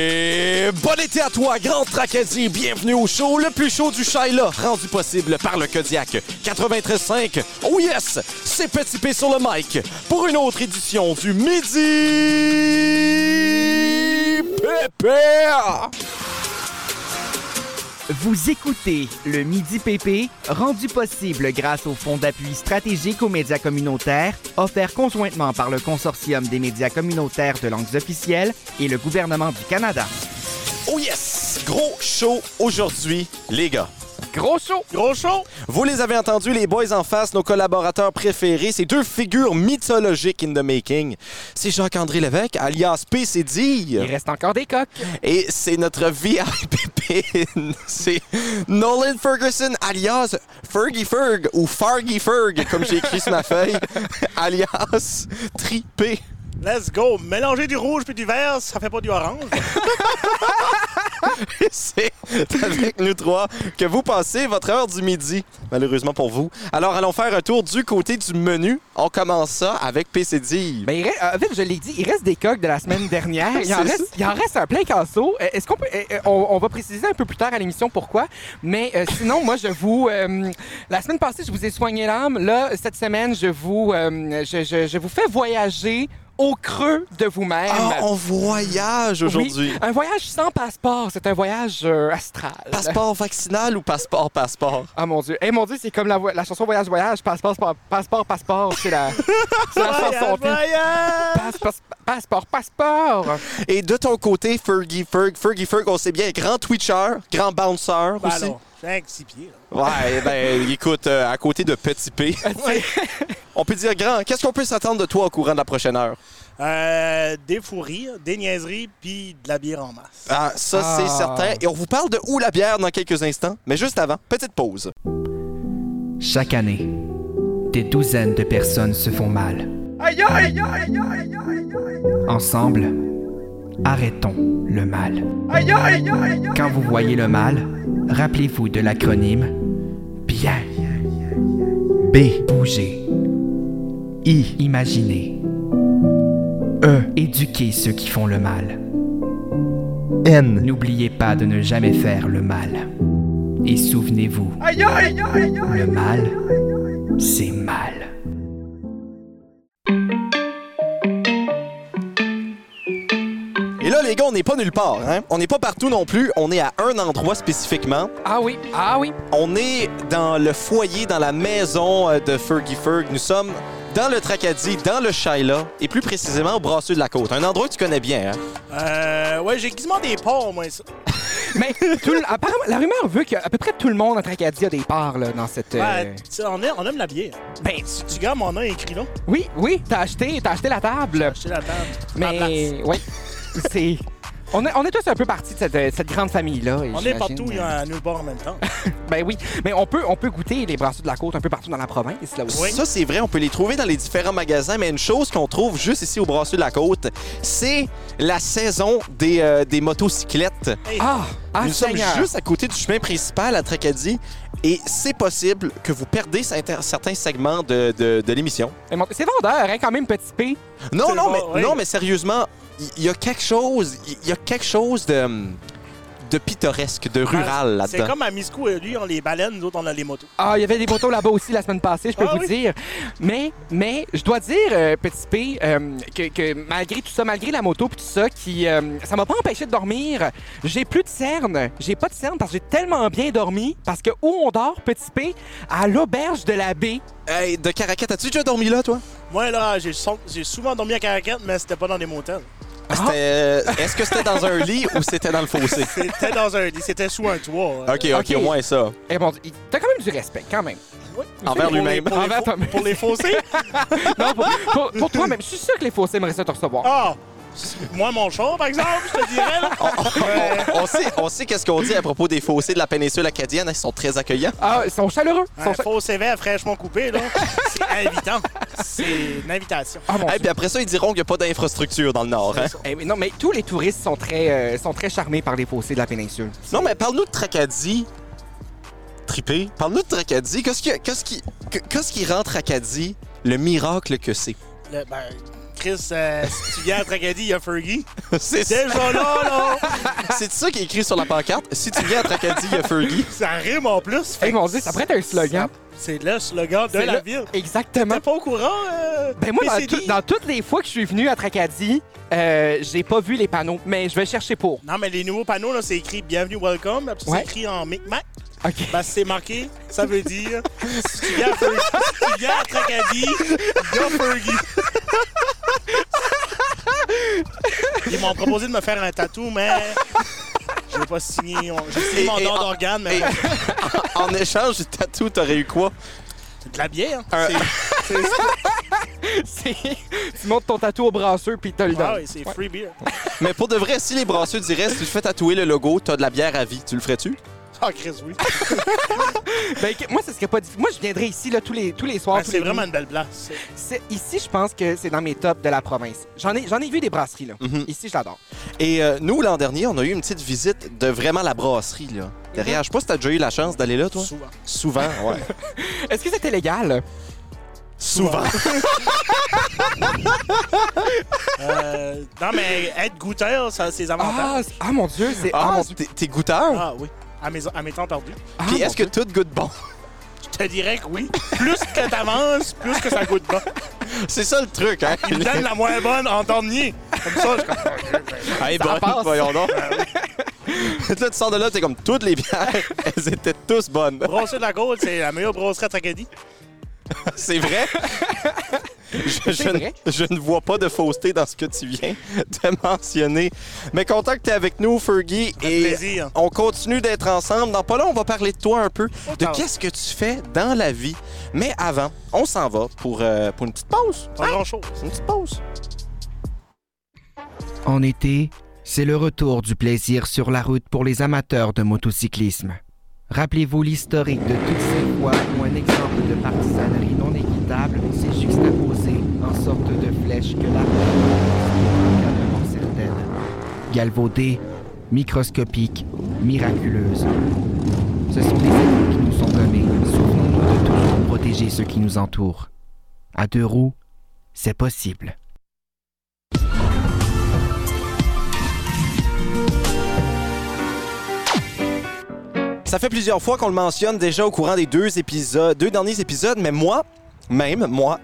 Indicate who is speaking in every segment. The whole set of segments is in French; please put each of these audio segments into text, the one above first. Speaker 1: Euh, bon été à toi, Grande Tracadie. Bienvenue au show, le plus chaud du Shaila, rendu possible par le Kodiak 93.5. Oh yes, c'est Petit P sur le mic pour une autre édition du Midi Pépère.
Speaker 2: Vous écoutez le Midi PP, rendu possible grâce au Fonds d'appui stratégique aux médias communautaires, offert conjointement par le Consortium des médias communautaires de langues officielles et le gouvernement du Canada.
Speaker 1: Oh yes, gros show aujourd'hui, les gars.
Speaker 3: Gros show!
Speaker 4: Gros show!
Speaker 1: Vous les avez entendus, les boys en face, nos collaborateurs préférés, ces deux figures mythologiques in the making. C'est Jacques-André Lévesque, alias PCD.
Speaker 3: Il reste encore des coques.
Speaker 1: Et c'est notre VIP C'est Nolan Ferguson, alias Fergie Ferg ou Fargy Ferg, comme j'ai écrit sur ma feuille, alias Tripé.
Speaker 4: Let's go! Mélanger du rouge puis du vert, ça fait pas du orange.
Speaker 1: c'est avec nous trois que vous passez votre heure du midi, malheureusement pour vous. Alors, allons faire un tour du côté du menu. On commence ça avec PCD.
Speaker 3: Ben, il reste, en fait, je l'ai dit, il reste des coques de la semaine dernière. Il en, reste, il en reste un plein canceau. Est-ce qu'on peut. euh, On, on, va préciser un peu plus tard à l'émission pourquoi. Mais euh, sinon, moi, je vous. Euh, la semaine passée, je vous ai soigné l'âme. Là, cette semaine, je vous, euh, je, je, je vous fais voyager au creux de vous-même.
Speaker 1: Ah, on voyage aujourd'hui.
Speaker 3: Oui, un voyage sans passeport, c'est un voyage euh, astral.
Speaker 1: Passeport vaccinal ou passeport passeport
Speaker 3: Ah mon dieu, eh hey, mon dieu, c'est comme la, la, chanson voyage voyage, passeport passeport passeport, c'est la,
Speaker 4: la
Speaker 3: Ah!
Speaker 4: chanson. Voyage,
Speaker 3: passe, passeport passeport.
Speaker 1: Et de ton côté, Fergie Ferg, Fergie Ferg, on sait bien, grand twitcher, grand bouncer
Speaker 4: ben
Speaker 1: aussi.
Speaker 4: Non. 5, 6 pieds.
Speaker 1: Là. Ouais, ben écoute, euh, à côté de Petit P. Ouais. on peut dire grand. Qu'est-ce qu'on peut s'attendre de toi au courant de la prochaine heure?
Speaker 4: Euh, des fous des niaiseries, puis de la bière en masse.
Speaker 1: Ah, ça, ah. c'est certain. Et on vous parle de où la bière dans quelques instants, mais juste avant, petite pause.
Speaker 2: Chaque année, des douzaines de personnes se font mal. Aïe, aïe, aïe, Ensemble, arrêtons le mal. Quand vous voyez le mal, rappelez-vous de l'acronyme BIEN. B. Bouger. I. Imaginer. E. Éduquer ceux qui font le mal. N. N'oubliez pas de ne jamais faire le mal. Et souvenez-vous, le mal, c'est mal.
Speaker 1: Et là, les gars, on n'est pas nulle part. Hein? On n'est pas partout non plus. On est à un endroit spécifiquement.
Speaker 3: Ah oui, ah oui.
Speaker 1: On est dans le foyer, dans la maison euh, de Fergie Ferg. Nous sommes dans le Tracadie, dans le Shaila, et plus précisément au Brasseux de la Côte. Un endroit que tu connais bien, hein?
Speaker 4: Euh. Ouais, j'ai quasiment des ports, moi, ça.
Speaker 3: Mais tout le, apparemment, la rumeur veut qu'à peu près tout le monde en Tracadie a des parts là, dans cette.
Speaker 4: Euh... Ben, on, aime, on, aime la bière.
Speaker 3: Ben,
Speaker 4: tu, tu gars, mon nom est écrit là.
Speaker 3: Oui, oui, t'as acheté, as acheté la table. T'as
Speaker 4: acheté la table.
Speaker 3: Mais, oui. C'est. On est, on est tous un peu partie de cette, euh, cette grande famille-là.
Speaker 4: On est partout, il y
Speaker 1: hein.
Speaker 4: a un nulle part en même temps.
Speaker 3: ben oui, mais on peut, on peut goûter les brasseries de la côte un peu partout dans la province. Là aussi.
Speaker 1: Oui. Ça, c'est vrai, on peut les trouver dans les différents magasins, mais une chose qu'on trouve juste ici au brasseries de la côte, c'est la saison des, euh, des motocyclettes.
Speaker 3: Hey. Ah! ah,
Speaker 1: Nous sommes
Speaker 3: Seigneur.
Speaker 1: juste à côté du chemin principal à Tracadie. Et c'est possible que vous perdez certains segments de, de, de l'émission.
Speaker 3: C'est vendeur, hein, quand même, petit P.
Speaker 1: Non, non, bon, mais, oui. non, mais sérieusement, il y a quelque chose, il y a quelque chose de, de pittoresque, de rural là-dedans.
Speaker 4: C'est comme à Miscou, euh, lui, on les baleines, nous autres, on a les motos.
Speaker 3: Ah, il y avait des motos là-bas aussi la semaine passée, je peux ah, vous oui. dire. Mais, mais, je dois dire, euh, petit P, euh, que, que, malgré tout ça, malgré la moto puis tout ça, qui, euh, ça m'a pas empêché de dormir. J'ai plus de cernes. J'ai pas de cernes parce que j'ai tellement bien dormi. Parce que où on dort, petit P, à l'auberge de la baie.
Speaker 1: Hey, de Caracat, as-tu déjà dormi là, toi?
Speaker 4: Moi, là, j'ai souvent dormi à Caracat, mais c'était pas dans des motels.
Speaker 1: Ah. Euh, Est-ce que c'était dans un lit ou c'était dans le fossé?
Speaker 4: C'était dans un lit, c'était sous un toit.
Speaker 1: Euh. Okay, OK, OK, au moins ça.
Speaker 3: Eh bon, t'as quand même du respect, quand même.
Speaker 1: Oui. Envers lui-même.
Speaker 4: Pour, les, pour, les, pour les fossés?
Speaker 3: non, pour, pour, pour toi-même. Je suis sûr que les fossés me restent à te recevoir.
Speaker 4: Ah! Moi, mon chat, par exemple, je te dirais. Là.
Speaker 3: Ah,
Speaker 1: on, on, on, sait, on sait qu'est-ce qu'on dit à propos des fossés de la péninsule acadienne. hein, Ils sont très accueillants.
Speaker 3: Ah, ils sont chaleureux. Ils sont
Speaker 4: Un fossé vert fraîchement coupé, là. c'est invitant. C'est une invitation.
Speaker 1: Ah, Et hey, puis après ça, ils diront qu'il n'y a pas d'infrastructure dans le Nord. Hein?
Speaker 3: Hey, Eh, mais non, mais tous les touristes sont très, euh, sont très charmés par les fossés de la péninsule.
Speaker 1: Non, mais parle-nous de Tracadie. Tripé. Parle-nous de Tracadie. Qu'est-ce qui, qu qui, qu qui rend Tracadie le miracle que c'est?
Speaker 4: Ben, Chris, euh, si tu viens à Tracadie, il y a Fergie.
Speaker 1: C'est ça.
Speaker 4: Déjà là, là!
Speaker 3: Ah.
Speaker 1: C'est ça qui est écrit sur la pancarte. Si tu viens à Tracadie, il y a Fergie.
Speaker 4: Ça rime en plus.
Speaker 3: Hey, Eh, mon Dieu, ça pourrait être un slogan.
Speaker 4: C'est le slogan de
Speaker 3: C'est
Speaker 4: la
Speaker 3: le-
Speaker 4: ville.
Speaker 3: Exactement.
Speaker 4: T'es pas au courant? euh,
Speaker 3: Ben moi, dans,
Speaker 4: PCD?
Speaker 3: tout- dans toutes les fois que je suis venu à Tracadie, euh, j'ai pas vu les panneaux, mais je vais chercher pour.
Speaker 4: Non, mais les nouveaux panneaux, là, c'est écrit Bienvenue, Welcome. Après,
Speaker 3: Ouais.
Speaker 4: c'est écrit en Micmac.
Speaker 3: OK.
Speaker 4: Ben, c'est marqué, ça veut dire si tu viens à, Fer- si tu viens à Tracadie, il y a Fergie. Ils m'ont proposé de me faire un tatou, mais je n'ai pas signé. on- J'ai signé
Speaker 1: Et-
Speaker 4: mon
Speaker 1: et-
Speaker 4: don d'organe, mais
Speaker 1: En échange du tatou, t'aurais eu quoi?
Speaker 4: c'est de la bière.
Speaker 1: Un-
Speaker 3: C'est- tu montes ton tatou au brasseur puis t'as le
Speaker 4: Ah
Speaker 3: donnes.
Speaker 4: oui, c'est free beer.
Speaker 1: Mais pour de vrai, si les brasseux diraient si tu te fais tatouer le logo, t'as de la bière à vie, tu le ferais-tu?
Speaker 4: Ah, Chris, oui.
Speaker 3: Ben, que- moi, ce serait pas difficile. Moi, je viendrais ici là, tous, les, tous les soirs.
Speaker 4: Ben,
Speaker 3: tous
Speaker 4: c'est
Speaker 3: les
Speaker 4: vraiment
Speaker 3: nuits.
Speaker 4: une belle place.
Speaker 3: C'est- Ici, je pense que c'est dans mes tops de la province. J'en ai, j'en ai vu des brasseries. là.
Speaker 1: Mhm.
Speaker 3: Ici, je l'adore.
Speaker 1: Et euh, nous, l'an dernier, on a eu une petite visite de vraiment la brasserie, là. Derrière, je sais pas si t'as déjà eu la chance d'aller là, toi?
Speaker 4: Souvent.
Speaker 1: Souvent, ouais.
Speaker 3: Est-ce que c'était légal?
Speaker 1: Souvent.
Speaker 4: Euh, non, mais être goûteur, ça a ses
Speaker 3: Ah,
Speaker 4: avantages.
Speaker 3: c'est- ah, mon Dieu, c'est... Ah,
Speaker 1: Ah,
Speaker 3: mon Dieu.
Speaker 1: t'es- t'es goûteur?
Speaker 4: Ah, oui. À mes, à mes temps perdus.
Speaker 3: Ah,
Speaker 1: Puis
Speaker 3: mon
Speaker 1: est-ce que
Speaker 3: Dieu.
Speaker 1: tout goûte bon?
Speaker 4: Je te dirais que oui. Plus que t'avances, plus que ça goûte bon.
Speaker 1: C'est ça le truc, hein?
Speaker 4: Il me donne la moins bonne en dernier. Comme ça, je comprends.
Speaker 1: Hey,
Speaker 3: Ça
Speaker 1: bonne,
Speaker 3: passe. Ah
Speaker 1: voyons donc. là, tu sors de là, t'es comme toutes les bières, elles étaient tous bonnes.
Speaker 4: Brasser de la Gaule, c'est la meilleure brasserie à Tracadie.
Speaker 1: C'est vrai? Je, je ne-
Speaker 3: vrai.
Speaker 1: je ne vois pas de fausseté dans ce que tu viens de mentionner. Mais content que tu es avec nous, Fergie. Et
Speaker 4: plaisir.
Speaker 1: on continue d'être ensemble. Dans pas long, on va parler de toi un peu, de
Speaker 4: tard.
Speaker 1: qu'est-ce que tu fais dans la vie. Mais avant, on s'en va pour, euh, pour une petite pause. Hein?
Speaker 4: Pas grand-chose.
Speaker 1: Une petite pause.
Speaker 2: En été, c'est le retour du plaisir sur la route pour les amateurs de motocyclisme. Rappelez-vous l'historique de toutes ces fois où un exemple de partisanerie non équitable s'est juxtaposé en sorte de flèche que la route est certaine. Galvaudée, microscopique, miraculeuse. Ce sont des époques qui nous sont donnés. Souvenons-nous de toujours protéger ceux qui nous entourent. À deux roues, c'est possible.
Speaker 1: Ça fait plusieurs fois qu'on le mentionne déjà au courant des deux épisodes, deux derniers épisodes, mais moi, même moi,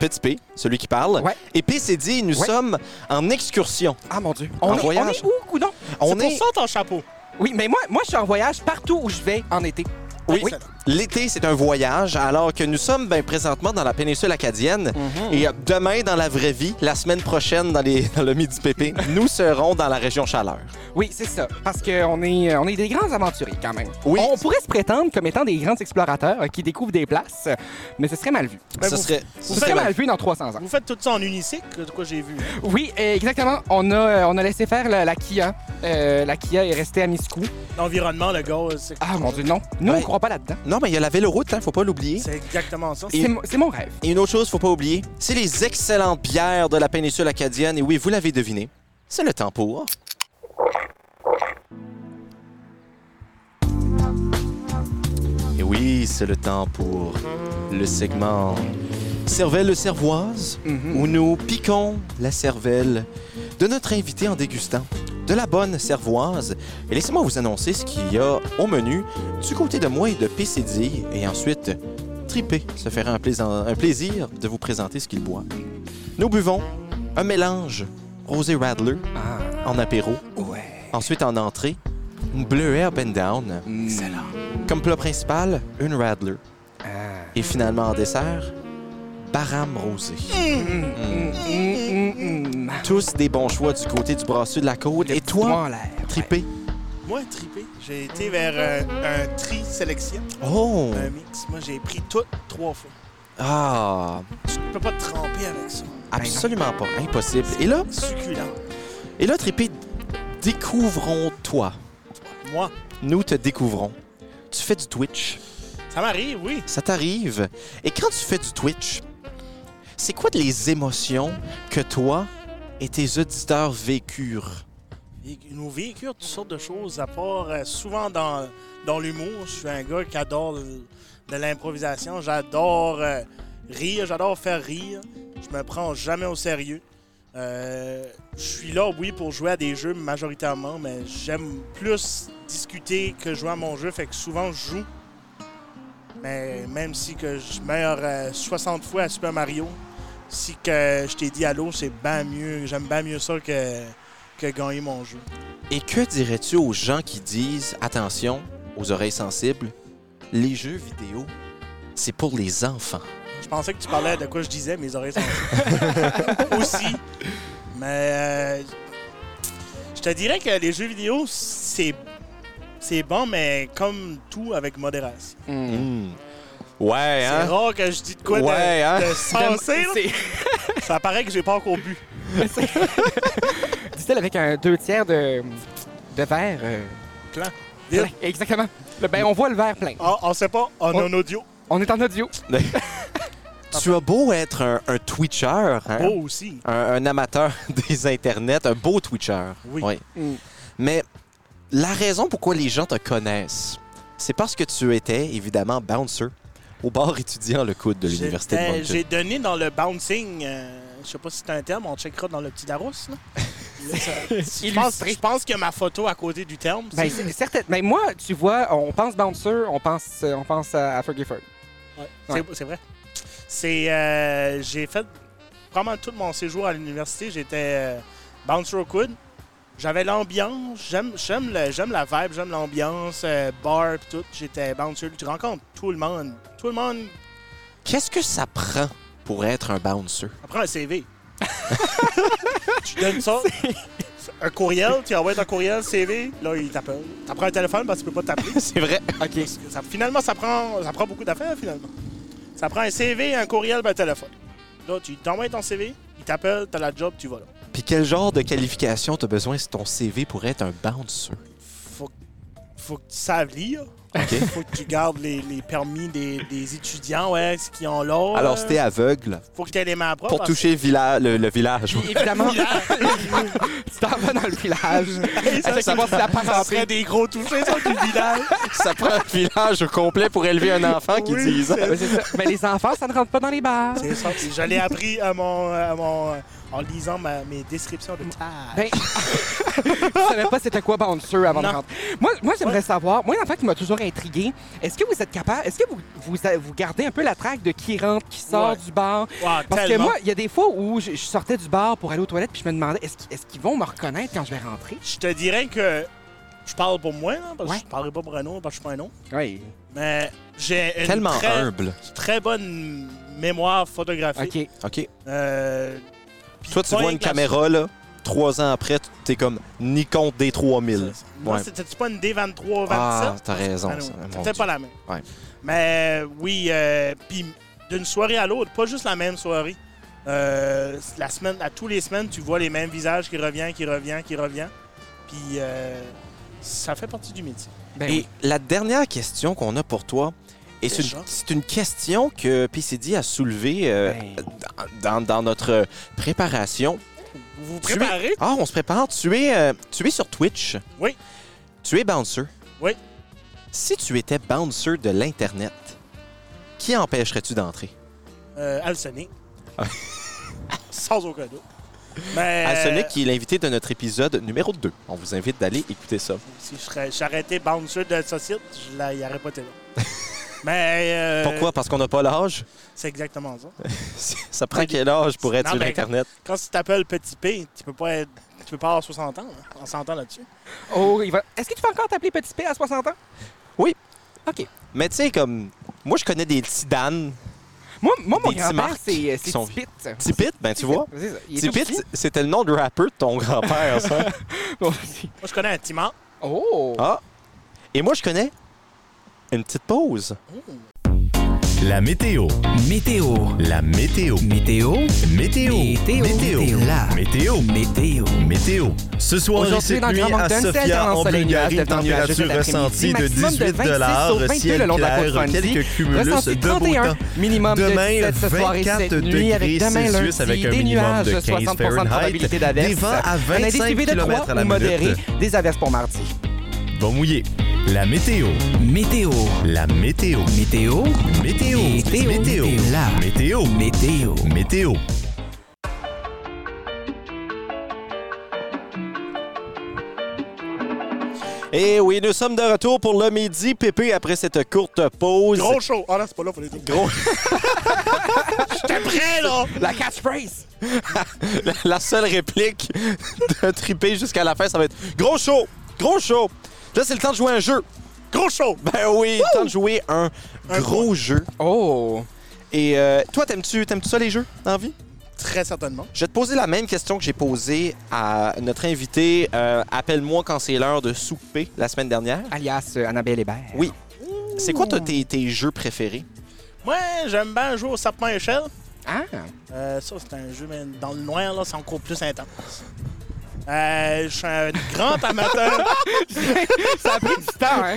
Speaker 1: Petit P, celui qui parle,
Speaker 3: Ouais.
Speaker 1: et PCD, nous
Speaker 3: Ouais.
Speaker 1: sommes en excursion.
Speaker 3: Ah, mon Dieu. On,
Speaker 1: En
Speaker 3: est, on
Speaker 1: voyage.
Speaker 3: est où, coudon?
Speaker 1: On
Speaker 4: C'est
Speaker 1: est
Speaker 4: pour ça ton chapeau.
Speaker 3: Oui, mais moi, moi, je suis en voyage partout où je vais en été.
Speaker 1: Oui,
Speaker 4: Excellent.
Speaker 1: l'été, c'est un voyage, alors que nous sommes ben, présentement dans la péninsule acadienne.
Speaker 4: Mm-hmm.
Speaker 1: Et euh, demain, dans la vraie vie, la semaine prochaine, dans, les, dans le Midi Pépé, nous serons dans la région chaleur.
Speaker 3: Oui, c'est ça. Parce qu'on est, on est des grands aventuriers, quand même.
Speaker 1: Oui.
Speaker 3: On pourrait se prétendre comme étant des grands explorateurs euh, qui découvrent des places, euh, mais ce serait mal vu.
Speaker 4: Ben,
Speaker 1: ce
Speaker 4: vous-
Speaker 1: serait. ce
Speaker 3: Ce
Speaker 1: serait
Speaker 3: serait
Speaker 1: mal.
Speaker 3: mal vu dans 300 ans.
Speaker 4: Vous faites tout ça en unicycle, de quoi j'ai vu. hein.
Speaker 3: Oui, euh, exactement. On a, euh, on a laissé faire la, la Kia. Euh, la Kia est restée à Miscou.
Speaker 4: L'environnement, le gaz, c'est-
Speaker 3: Ah mon dieu, non. Nous,
Speaker 1: Ouais.
Speaker 3: on croit pas là-dedans.
Speaker 1: Non, mais il y a la véloroute, hein, faut pas l'oublier.
Speaker 4: c'est exactement ça.
Speaker 1: Et-
Speaker 3: C'est mon- C'est mon rêve.
Speaker 1: Et une autre chose, faut pas oublier, c'est les excellentes bières de la péninsule acadienne. Et oui, vous l'avez deviné, c'est le temps pour. Et oui, c'est le temps pour le segment Cervelle cervoise, où nous piquons la cervelle de notre invité en dégustant de la bonne cervoise. Et laissez-moi vous annoncer ce qu'il y a au menu du côté de moi et de PCD, et ensuite triper. Se fera un, plaisant- un plaisir de vous présenter ce qu'il boit. Nous buvons un mélange rosé Radler en apéro, ensuite en entrée, une Bleu Up and Down.
Speaker 3: Mm. Hmm.
Speaker 1: Comme plat principal, une Radler.
Speaker 3: Euh,
Speaker 1: Et finalement en dessert, Baram rosé.
Speaker 3: Mm, mm, mm.
Speaker 1: Tous des bons choix du côté du brassu de la côte.
Speaker 3: Le
Speaker 1: Et
Speaker 3: petit doigt
Speaker 1: toi,
Speaker 3: en l'air.
Speaker 1: triper.
Speaker 4: Moi, tripé, j'ai été vers euh, un tri sélection,
Speaker 1: Oh!
Speaker 4: un mix. Moi, j'ai pris tout trois fois.
Speaker 1: Ah!
Speaker 3: Ben
Speaker 4: Tu peux pas te tremper avec ça.
Speaker 1: Absolument pas. Impossible. Et là,
Speaker 4: Succulent.
Speaker 1: et là, triper, découvrons-toi.
Speaker 4: Moi,
Speaker 1: Nous te découvrons. Tu fais du Twitch.
Speaker 4: ça m'arrive, oui.
Speaker 1: ça t'arrive. Et quand tu fais du Twitch, c'est quoi les émotions que toi et tes auditeurs vécurent?
Speaker 4: Et Nous véhiculons toutes sortes de choses, à part euh, souvent dans, dans l'humour. Je suis un gars qui adore l- de l'improvisation. J'adore euh, rire, j'adore faire rire. Je me prends jamais au sérieux. Euh, je suis là, oui, pour jouer à des jeux majoritairement, mais j'aime plus discuter que jouer à mon jeu, fait que souvent je joue. Mais même si que je meurs euh, 60 fois à Super Mario, si que je t'ai dit allô, c'est bien mieux, j'aime bien mieux ça que, que gagner mon jeu.
Speaker 1: Et que dirais-tu aux gens qui disent, attention, aux oreilles sensibles, les jeux vidéo, c'est pour les enfants.
Speaker 4: Je pensais que tu parlais de quoi je disais, mes oreilles sont aussi. Mais euh, je te dirais que les jeux vidéo, c'est c'est bon, mais comme tout avec modération.
Speaker 1: Hmm. Ouais,
Speaker 4: C'est
Speaker 1: hein?
Speaker 4: rare que je dis de quoi de-
Speaker 1: Ouais, hein?
Speaker 4: de, sensé, là.
Speaker 3: C'est-
Speaker 4: Ça paraît que j'ai pas encore bu.
Speaker 3: Dit-elle avec un deux tiers de, de verre. euh,
Speaker 4: Plein.
Speaker 3: plein. Exactement. Le- Ben, on voit le verre plein.
Speaker 4: On, on sait pas, on est en audio.
Speaker 3: On est en audio.
Speaker 1: Tu as beau être un, un Twitcher, hein?
Speaker 4: Beau aussi.
Speaker 1: un, un amateur des internets, un beau Twitcher.
Speaker 4: Oui.
Speaker 1: Hmm.
Speaker 3: Mm.
Speaker 1: Mais la raison pourquoi les gens te connaissent, c'est parce que tu étais évidemment bouncer au bar étudiant le coude de l'université de
Speaker 4: J'étais-
Speaker 1: Moncton.
Speaker 4: J'ai donné dans le bouncing, euh, je sais pas si c'est un terme, on checkera dans le petit Larousse. là. Là, ça- je, pense,
Speaker 3: Illustré.
Speaker 4: je pense qu'il y a ma photo à côté du terme.
Speaker 3: Ben, c'est- certain- ben, moi, tu vois, on pense Bouncer, on pense, euh, on pense à, à Fergie Ferg.
Speaker 4: C'est-
Speaker 3: Ouais.
Speaker 4: C'est vrai. C'est. euh, j'ai fait. Pendant tout mon séjour à l'université, j'étais euh, bouncer au coude. J'avais l'ambiance, j'aime j'aime le- j'aime la vibe, j'aime l'ambiance, euh, bar pis tout. J'étais bouncer, tu rencontres tout le monde. Tout le monde
Speaker 1: Qu'est-ce que ça prend pour être un bouncer?
Speaker 4: Prends un CV. tu donnes ça. Un courriel, tu envoies ton courriel, CV, là, il t'appelle. T'apprends un téléphone parce que tu peux pas t'appeler.
Speaker 1: c'est vrai.
Speaker 4: OK. Ça- finalement, ça prend, ça prend beaucoup d'affaires, finalement. Ça prend un CV, un courriel, puis un téléphone. Là, tu t'envoies ton CV, il t'appelle, t'as la job, tu vas là.
Speaker 1: Puis quel genre de qualification t'as besoin sur ton CV pour être un bouncer?
Speaker 4: Faut, faut que tu saves lire.
Speaker 1: OK.
Speaker 4: Faut que tu gardes les, les permis des, des étudiants, ouais, ceux qui ont l'or.
Speaker 1: Alors, si t'es aveugle,
Speaker 4: Faut que tu aies les mains propres.
Speaker 1: pour toucher villa- le, le village,
Speaker 3: Puis évidemment, tu t'en vas dans le village. Avec
Speaker 4: ça-
Speaker 3: voir si la
Speaker 4: Ça
Speaker 3: parenté-
Speaker 4: serait des gros touchés, ça, du village.
Speaker 1: ça prend un village au complet pour élever un enfant qui
Speaker 4: Oui,
Speaker 1: dise.
Speaker 4: c'est-
Speaker 3: Ben, c'est ça. Ben, les enfants, ça ne rentre pas dans les bars.
Speaker 4: C'est ça. Je l'ai appris à mon, à mon- en lisant ma- mes descriptions de tâches.
Speaker 3: Ben, je savais pas c'était quoi Bouncer avant
Speaker 4: Non.
Speaker 3: de rentrer. Moi, moi j'aimerais savoir, moi, l'enfant qui m'a toujours intrigué, est-ce que vous êtes capable, est-ce que vous, vous, a- vous gardez un peu la traque de qui rentre, qui sort
Speaker 4: Ouais.
Speaker 3: du bar?
Speaker 4: Wow,
Speaker 3: Parce que
Speaker 4: tellement.
Speaker 3: moi, il y a des fois où je, je sortais du bar pour aller aux toilettes, puis je me demandais, est-ce qu'ils est-ce qu'ils vont me reconnaître quand je vais rentrer?
Speaker 4: Je te dirais que je parle pour moi, hein, parce que
Speaker 3: Ouais.
Speaker 4: je parlerai pas pour un autre, parce que je suis pas un autre.
Speaker 3: Oui.
Speaker 4: Mais j'ai une
Speaker 1: Tellement
Speaker 4: très,
Speaker 1: humble.
Speaker 4: très bonne mémoire photographique.
Speaker 3: OK.
Speaker 1: OK.
Speaker 4: Euh, puis
Speaker 1: Toi, tu
Speaker 4: pas
Speaker 1: vois
Speaker 4: rien
Speaker 1: une
Speaker 4: que la-
Speaker 1: caméra, là, trois ans après, tu- t'es comme Nikon D3000.
Speaker 4: Non,
Speaker 1: Ouais.
Speaker 4: c'était pas une D23 27.
Speaker 1: Ah, t'as raison,
Speaker 4: Ah non,
Speaker 1: ça, mon
Speaker 4: C'était
Speaker 1: Dieu.
Speaker 4: pas la même.
Speaker 1: Ouais.
Speaker 4: Mais euh, oui, euh, puis d'une soirée à l'autre, pas juste la même soirée. Euh, la semaine, à tous les semaines, tu vois les mêmes visages qui reviennent, qui reviennent, qui reviennent. Puis euh, ça fait partie du métier.
Speaker 3: Ben
Speaker 1: Et la dernière question qu'on a pour toi, et c'est
Speaker 4: Déjà?
Speaker 1: une, c'est une question que PCD a soulevée euh,
Speaker 3: Ben.
Speaker 1: dans, dans notre préparation.
Speaker 4: Vous vous
Speaker 1: Tu es-
Speaker 4: préparez?
Speaker 1: Ah, on se prépare. Tu es, euh, tu es sur Twitch.
Speaker 4: Oui.
Speaker 1: Tu es bouncer.
Speaker 4: Oui.
Speaker 1: Si tu étais bouncer de l'Internet, qui empêcherais-tu d'entrer?
Speaker 4: Euh, Alsonic. Sans aucun doute. Mais,
Speaker 1: À qui est l'invité de notre épisode numéro 2. On vous invite d'aller écouter ça.
Speaker 4: Si je serais- j'arrêtais Bouncer de Societe, je la- il aurait pas été là. Mais. euh,
Speaker 1: Pourquoi? Parce qu'on n'a pas l'âge?
Speaker 4: C'est exactement ça.
Speaker 1: Ça prend quel âge pour être
Speaker 4: Non,
Speaker 1: sur
Speaker 4: ben,
Speaker 1: Internet?
Speaker 4: Quand tu t'appelles Petit P, tu peux pas être. Tu peux pas avoir 60 ans. là. On s'entend là-dessus.
Speaker 3: Oh, il va- Est-ce que tu vas encore t'appeler Petit P à 60 ans?
Speaker 1: Oui.
Speaker 3: OK.
Speaker 1: Mais tu sais, comme... Moi, je connais des petits Dan.
Speaker 3: Moi, moi mon
Speaker 1: Des petits
Speaker 3: grand-père,
Speaker 1: marques
Speaker 3: c'est
Speaker 1: qui
Speaker 3: c'est
Speaker 1: sont-
Speaker 3: Tipit.
Speaker 1: Tipit, ben tu vois.
Speaker 3: C'est ça, il est tout
Speaker 1: Tipit,
Speaker 3: petit.
Speaker 1: c'était le nom de rapper de ton grand-père, ça.
Speaker 4: Moi, je connais un Timon.
Speaker 3: Oh!
Speaker 1: Ah! Et moi, je connais une petite pause.
Speaker 5: La météo.
Speaker 2: Météo.
Speaker 5: La météo.
Speaker 2: Météo.
Speaker 5: Météo.
Speaker 2: Météo.
Speaker 5: Météo.
Speaker 2: La
Speaker 5: Météo.
Speaker 2: Météo.
Speaker 5: Météo. Ce soir,
Speaker 3: Aujourd'hui,
Speaker 5: cette
Speaker 3: dans le
Speaker 5: nuit,
Speaker 3: Grand
Speaker 5: à
Speaker 3: Moncton, c'est
Speaker 5: Sofia, en
Speaker 3: ensoleillé, nuages
Speaker 5: Bulgarie,
Speaker 3: devant nuageux cet après-midi,
Speaker 5: température ressentie de
Speaker 3: maximum de
Speaker 5: 18
Speaker 3: 26 au 22
Speaker 5: ciel
Speaker 3: le long de la côte
Speaker 5: clair,
Speaker 3: Fundy,
Speaker 5: quelques cumulus
Speaker 3: Ressenti
Speaker 5: de beau
Speaker 3: 31,
Speaker 5: temps.
Speaker 3: minimum
Speaker 5: Demain,
Speaker 3: de 17 ce soir et
Speaker 5: 24
Speaker 3: cette nuit, avec
Speaker 5: degrés
Speaker 3: demain
Speaker 5: Celsius
Speaker 3: lundi,
Speaker 5: avec un
Speaker 3: des
Speaker 5: minimum
Speaker 3: nuages,
Speaker 5: de 15
Speaker 3: 60 de
Speaker 5: Fahrenheit,
Speaker 3: probabilité d'averse,
Speaker 5: des vents à
Speaker 3: un
Speaker 5: 25
Speaker 3: indice de 3
Speaker 5: kilomètres à la
Speaker 3: ou modéré,
Speaker 5: minute.
Speaker 3: des averses pour mardi.
Speaker 5: Bon mouillé. La météo.
Speaker 2: Météo.
Speaker 5: La météo.
Speaker 2: Météo.
Speaker 5: Météo.
Speaker 2: Météo.
Speaker 5: Météo.
Speaker 2: La
Speaker 5: Météo.
Speaker 2: Météo.
Speaker 5: Météo.
Speaker 1: Et Eh oui, nous sommes de retour pour le midi, Pépé, après cette courte pause.
Speaker 4: Gros show. Ah non, c'est pas là, fallait dire.
Speaker 1: Gros-
Speaker 4: J'étais prêt, là.
Speaker 3: La catchphrase!
Speaker 1: la, la seule réplique de triper jusqu'à la fin, ça va être gros show, gros show. Là, c'est le temps de jouer à un jeu.
Speaker 4: Gros show.
Speaker 1: Ben oui, le temps de jouer à un
Speaker 4: Un
Speaker 1: gros jeu.
Speaker 3: Oh!
Speaker 1: Et euh, toi, t'aimes-tu t'aimes-tu ça les jeux dans la vie?
Speaker 4: Très certainement.
Speaker 1: Je vais te poser la même question que j'ai posée à notre invité euh, Appelle-moi quand c'est l'heure de souper la semaine dernière.
Speaker 3: Alias euh, Annabelle Hébert.
Speaker 1: Oui. C'est quoi toi, tes, tes jeux préférés?
Speaker 4: Moi, j'aime bien jouer au sapin à échelle.
Speaker 3: Ah!
Speaker 4: Euh, ça, c'est un jeu, mais dans le noir, là, c'est encore plus intense. Euh, je suis un grand amateur.
Speaker 3: Ça a pris du temps, hein?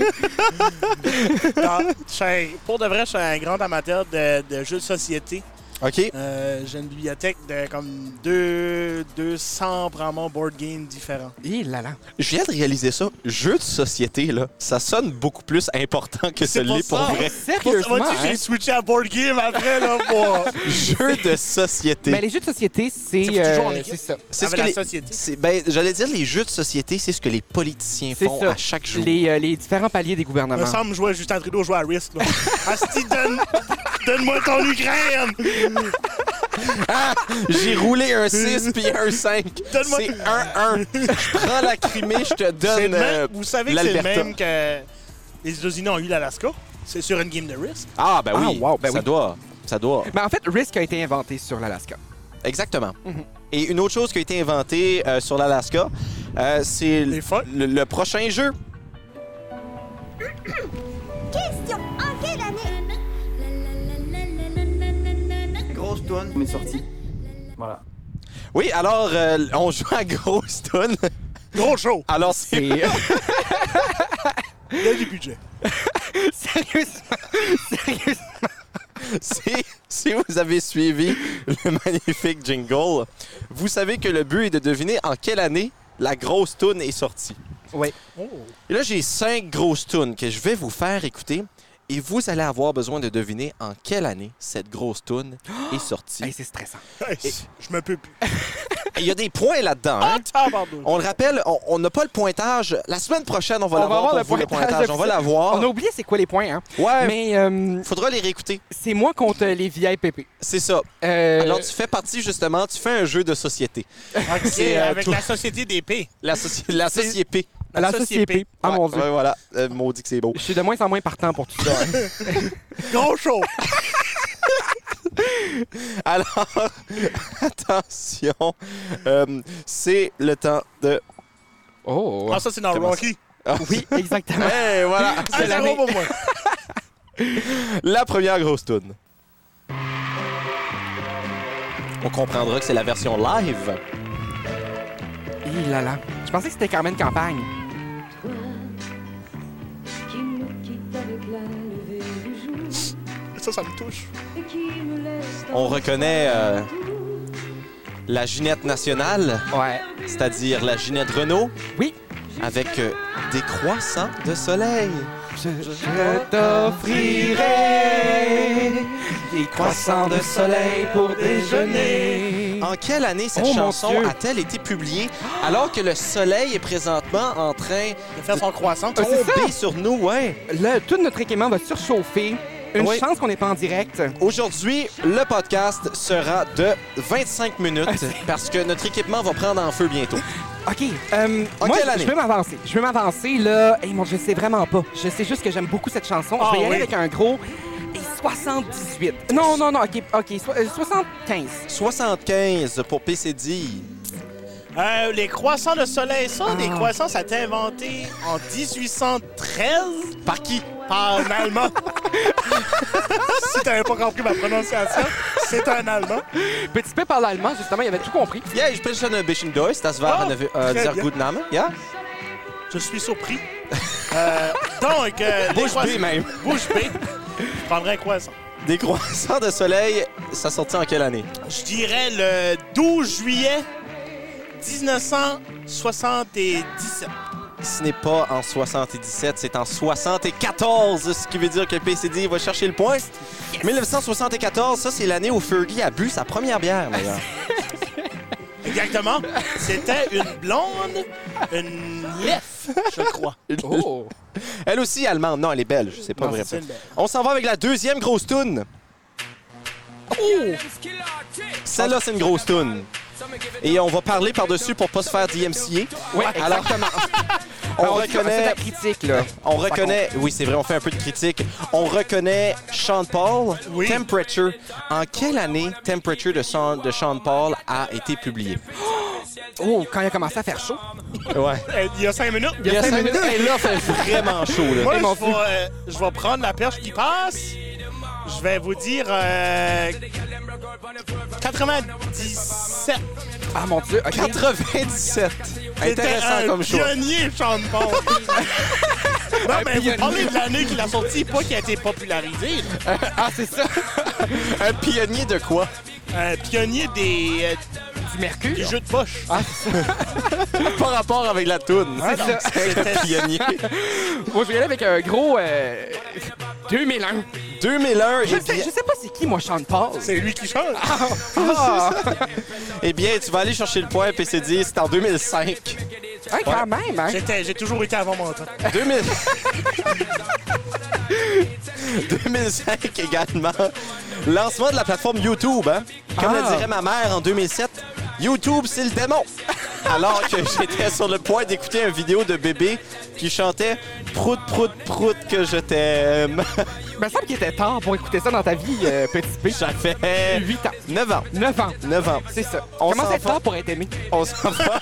Speaker 4: dans- je suis un- pour de vrai, je suis un grand amateur de, de jeux de société.
Speaker 1: OK.
Speaker 4: Euh, J'ai une bibliothèque de comme deux, 200 vraiment board games différents.
Speaker 3: Il là là.
Speaker 1: Je viens de réaliser ça. Jeux de société, là, ça sonne beaucoup plus important que ce
Speaker 4: C'est
Speaker 1: l'est
Speaker 4: pour
Speaker 1: pour
Speaker 4: ça.
Speaker 1: vrai.
Speaker 4: Pour-
Speaker 3: Sérieusement,
Speaker 4: vois-tu,
Speaker 3: hein?
Speaker 4: J'ai switché à board game après, là, pour...
Speaker 1: Jeux de société.
Speaker 3: Mais Ben, les jeux de société, c'est...
Speaker 4: C'est toujours en
Speaker 3: euh,
Speaker 4: équipe.
Speaker 3: c'est ça.
Speaker 1: C'est ce
Speaker 4: Ben, Avec
Speaker 1: que
Speaker 4: la
Speaker 1: les-
Speaker 4: société.
Speaker 1: c'est- ben, j'allais dire les jeux de société, c'est ce que les politiciens
Speaker 3: C'est
Speaker 1: font
Speaker 3: ça.
Speaker 1: à chaque jour.
Speaker 3: Les, euh, les différents paliers des
Speaker 4: Me
Speaker 3: gouvernements.
Speaker 4: semble jouer à Justin Trudeau, jouer à Risk. Là. Asti, donne, donne-moi ton Ukraine!
Speaker 1: Ah! J'ai roulé un 6 puis un 5.
Speaker 4: Donne-moi-
Speaker 1: C'est un 1. Je prends la Crimée, je te
Speaker 4: C'est
Speaker 1: donne
Speaker 4: le même-
Speaker 1: euh,
Speaker 4: vous savez que c'est le
Speaker 1: l'Alberta.
Speaker 4: même que les États-Unis ont eu l'Alaska. C'est sur une game de Risk.
Speaker 1: Ah, ben
Speaker 3: Ah,
Speaker 1: oui.
Speaker 3: wow, ben
Speaker 1: ça
Speaker 3: oui.
Speaker 1: doit. Ça doit.
Speaker 3: Mais Ben, en fait, Risk a été inventé sur l'Alaska.
Speaker 1: Exactement.
Speaker 4: Mhm.
Speaker 1: Et une autre chose qui a été inventée euh, sur l'Alaska, euh, c'est
Speaker 4: Les
Speaker 1: le,
Speaker 4: folles.
Speaker 1: le- le prochain jeu.
Speaker 6: Question En quelle année
Speaker 7: Grosse toune, mais sortie. Voilà.
Speaker 1: Oui, alors, euh, on joue à Grosse Toune.
Speaker 4: Gros show!
Speaker 1: Alors, c'est.
Speaker 3: Et-
Speaker 4: Il y a du budget.
Speaker 3: Sérieusement, sérieusement.
Speaker 1: si, si vous avez suivi le magnifique jingle, vous savez que le but est de deviner en quelle année la grosse toune est sortie.
Speaker 3: Oui.
Speaker 4: Oh.
Speaker 1: Et là, j'ai cinq grosses tunes que je vais vous faire écouter. Et vous allez avoir besoin de deviner en quelle année cette grosse tune est sortie.
Speaker 3: Hey,
Speaker 1: Et
Speaker 3: c'est stressant.
Speaker 4: Hey, je me peux plus.
Speaker 1: Il y a des points là-dedans. hein?
Speaker 4: Tabarnouche.
Speaker 1: On le rappelle, on- on n'a pas le pointage. La semaine prochaine, on va
Speaker 3: On va
Speaker 1: l'avoir
Speaker 3: avoir
Speaker 1: pour
Speaker 3: le
Speaker 1: vous, On
Speaker 3: pointage
Speaker 1: va
Speaker 3: officiel.
Speaker 1: l'avoir.
Speaker 3: On a oublié c'est quoi les points, hein?
Speaker 1: Ouais, mais
Speaker 3: Mais euh,
Speaker 1: faudra les réécouter.
Speaker 3: c'est moi contre les vieilles pépés.
Speaker 1: C'est ça.
Speaker 3: Euh,
Speaker 1: Alors, tu fais partie, justement, tu fais un jeu de société.
Speaker 4: Ok,
Speaker 1: C'est, euh,
Speaker 4: avec
Speaker 1: toi.
Speaker 4: la société d'épée.
Speaker 1: La, soci- la société.
Speaker 3: la
Speaker 4: société.
Speaker 3: société. Ah
Speaker 1: Ouais,
Speaker 3: mon dieu.
Speaker 1: ouais, voilà. Euh, maudit que c'est beau.
Speaker 3: Je suis de moins en moins partant pour tout ça. hein.
Speaker 4: Gros show!
Speaker 1: Alors, attention, euh, c'est le temps de...
Speaker 3: Oh.
Speaker 4: Ah, ça, c'est dans
Speaker 1: Comment
Speaker 4: Rocky.
Speaker 3: Ah, Oui, exactement.
Speaker 1: Hey, voilà,
Speaker 4: Ah,
Speaker 1: c'est la,
Speaker 4: zéro pour moi.
Speaker 1: la première grosse tune. On comprendra que c'est la version live.
Speaker 3: Hi là là. Je pensais que c'était Carmen Campagne.
Speaker 6: Qui me quitte avec la levée du jour
Speaker 4: Ça, ça me touche.
Speaker 6: et qui me laisse
Speaker 1: On reconnaît euh, la Ginette nationale,
Speaker 3: Ouais.
Speaker 1: c'est-à-dire la Ginette Renault,
Speaker 3: Oui.
Speaker 1: avec euh, des croissants de soleil.
Speaker 3: Je, je t'offrirai des croissants de soleil pour déjeuner.
Speaker 1: En quelle année cette
Speaker 3: Oh, mon
Speaker 1: chanson
Speaker 3: Dieu.
Speaker 1: a-t-elle été publiée alors que le soleil est présentement en train
Speaker 4: Il a fait son croissant.
Speaker 1: de
Speaker 3: c'est ça.
Speaker 1: tomber sur nous, ouais?
Speaker 3: Là, tout notre équipement va surchauffer. Une
Speaker 1: Oui.
Speaker 3: chance qu'on n'est pas en direct.
Speaker 1: Aujourd'hui, le podcast sera de 25 minutes parce que notre équipement va prendre en feu bientôt.
Speaker 3: OK. euh,
Speaker 1: En
Speaker 3: moi,
Speaker 1: quelle
Speaker 3: je-
Speaker 1: année?
Speaker 3: je peux m'avancer. Je peux m'avancer, là. Hey, mon, je sais vraiment pas. Je sais juste que j'aime beaucoup cette chanson.
Speaker 4: Ah,
Speaker 3: je vais y aller
Speaker 4: oui.
Speaker 3: avec un gros... Et 78. Non, non, non. OK, OK. so- euh, 75.
Speaker 1: 75 pour PCD.
Speaker 4: Euh, les croissants de soleil, ça,
Speaker 3: Ah.
Speaker 4: les croissants, ça a été inventé en 1813
Speaker 1: Par qui?
Speaker 4: par un Allemand. si t'avais pas compris ma prononciation, c'est un Allemand.
Speaker 3: Petit peu par l'allemand, justement. Il avait tout compris.
Speaker 1: Ja, ich bin schon ein bisschen Deutsch, das war
Speaker 4: Ah,
Speaker 1: eine, äh,
Speaker 4: très
Speaker 1: sehr
Speaker 4: bien.
Speaker 1: guter Name. Ja?
Speaker 4: Je suis surpris. Euh, donc, euh, les
Speaker 1: Bouche
Speaker 4: croissants-
Speaker 1: B même.
Speaker 4: Bouche B. Je prendrais un croissant.
Speaker 1: Des croissants de soleil, ça sortit en quelle année?
Speaker 4: Je dirais le 12 juillet 1977.
Speaker 1: Ce n'est pas en 77, c'est en 74, ce qui veut dire que PCD va chercher le point. 1974, ça c'est l'année où Fergie a bu sa première bière, d'ailleurs.
Speaker 4: Exactement. C'était une blonde, une lef je crois.
Speaker 3: Oh!
Speaker 1: Elle aussi allemande. Non, elle est belge. C'est pas
Speaker 4: Non,
Speaker 1: vrai.
Speaker 4: c'est une belle.
Speaker 1: On s'en va avec la deuxième grosse toune. Celle-là, c'est une grosse toune. Et on va parler par-dessus pour pas se faire DMCA.
Speaker 3: Oui,
Speaker 1: Alors, on,
Speaker 3: Alors, C'est
Speaker 1: reconnaît,
Speaker 3: la critique, là.
Speaker 1: on reconnaît, oui, c'est vrai, on fait un peu de critique. On reconnaît Sean Paul,
Speaker 4: Oui.
Speaker 1: Temperature. En quelle année Temperature de Sean, de Sean Paul a été publié?
Speaker 3: Oh, quand il a commencé à faire chaud.
Speaker 1: Ouais.
Speaker 4: Euh, il y a cinq minutes.
Speaker 1: Il y a
Speaker 3: cinq
Speaker 1: cinq minutes,
Speaker 3: minutes.
Speaker 1: et là, fait vraiment chaud, là.
Speaker 4: Moi,
Speaker 3: mon
Speaker 4: je vais, euh, je vais prendre la perche qui passe. Je vais vous dire euh, 97.
Speaker 3: Ah, mon Dieu. OK.
Speaker 1: 97.
Speaker 4: C'était
Speaker 1: Intéressant
Speaker 4: un
Speaker 1: comme choix.
Speaker 4: pionnier, Sean Paul. non, mais
Speaker 3: pionnier.
Speaker 4: vous parlez de l'année qu'il a sorti, pas qu'il a été popularisé. là.
Speaker 3: Ah, c'est ça.
Speaker 1: Un pionnier de quoi?
Speaker 4: Un pionnier des, euh,
Speaker 3: Du mercure.
Speaker 4: des jeux de poche.
Speaker 1: Ah. Pas rapport avec la toune.
Speaker 4: Ah, non, c'était-
Speaker 1: pionnier.
Speaker 3: Moi, je vais y aller avec un gros euh, 2001.
Speaker 1: 2001,
Speaker 3: Je
Speaker 1: eh
Speaker 3: sais,
Speaker 1: bien,
Speaker 3: je sais pas c'est qui, moi, Sean Paul.
Speaker 4: C'est lui qui chante.
Speaker 3: Ah,
Speaker 1: eh bien, tu vas aller chercher le point, PCD, c'est en 2005.
Speaker 3: hein, quand même, hein?
Speaker 4: J'étais- J'ai toujours été avant mon temps.
Speaker 1: 2000... 2005 également. Lancement de la plateforme YouTube, hein? Comme
Speaker 3: Ah.
Speaker 1: le dirait ma mère en 2007, YouTube, c'est le démon! Alors que j'étais sur le point d'écouter une vidéo de bébé qui chantait Prout, prout, prout, que je t'aime.
Speaker 3: Il me semble qu'il était tard pour écouter ça dans ta vie, euh, petit P.
Speaker 1: J'avais
Speaker 3: 8 ans.
Speaker 1: 9 ans.
Speaker 3: 9 ans.
Speaker 1: 9 ans.
Speaker 3: C'est ça.
Speaker 1: On
Speaker 3: Comment
Speaker 1: s'en
Speaker 3: c'est
Speaker 1: va.
Speaker 3: tard pour être aimé?
Speaker 1: On s'en va.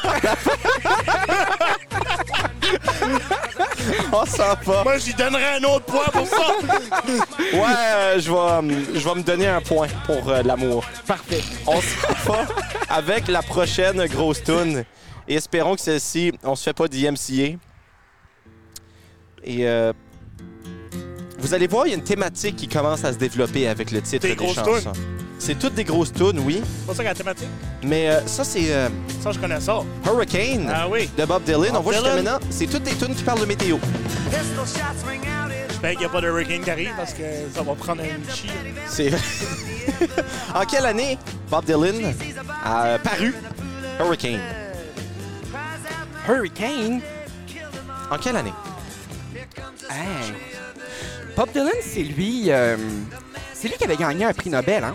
Speaker 1: On s'en va.
Speaker 4: Moi, j'y donnerais un autre point pour ça.
Speaker 1: Ouais, euh, je vais, hum, je vais me donner un point pour euh, l'amour.
Speaker 3: Parfait.
Speaker 1: On s'en va avec la prochaine grosse toune. Et espérons que celle-ci, on se fait pas d'IMCA. Et euh, vous allez voir, il y a une thématique qui commence à se développer avec le titre des,
Speaker 4: Des grosses
Speaker 1: chansons. C'est toutes des grosses tounes, oui.
Speaker 4: C'est pour ça qu'en thématique,
Speaker 1: Mais euh, ça, c'est euh,
Speaker 4: ça, je connais ça.
Speaker 1: Hurricane
Speaker 4: Ah oui.
Speaker 1: de Bob Dylan. on
Speaker 4: Bob
Speaker 1: voit jusqu'à
Speaker 4: Dylan.
Speaker 1: maintenant, c'est toutes des tunes qui parlent de météo.
Speaker 4: J'espère qu'il n'y a pas de hurricane qui arrive parce que ça va prendre un chi.
Speaker 1: C'est. en quelle année Bob Dylan a euh, paru Hurricane
Speaker 3: Hurricane.
Speaker 1: En quelle année
Speaker 3: Hey. Bob Dylan, c'est lui. euh, c'est lui qui avait gagné un prix Nobel, hein?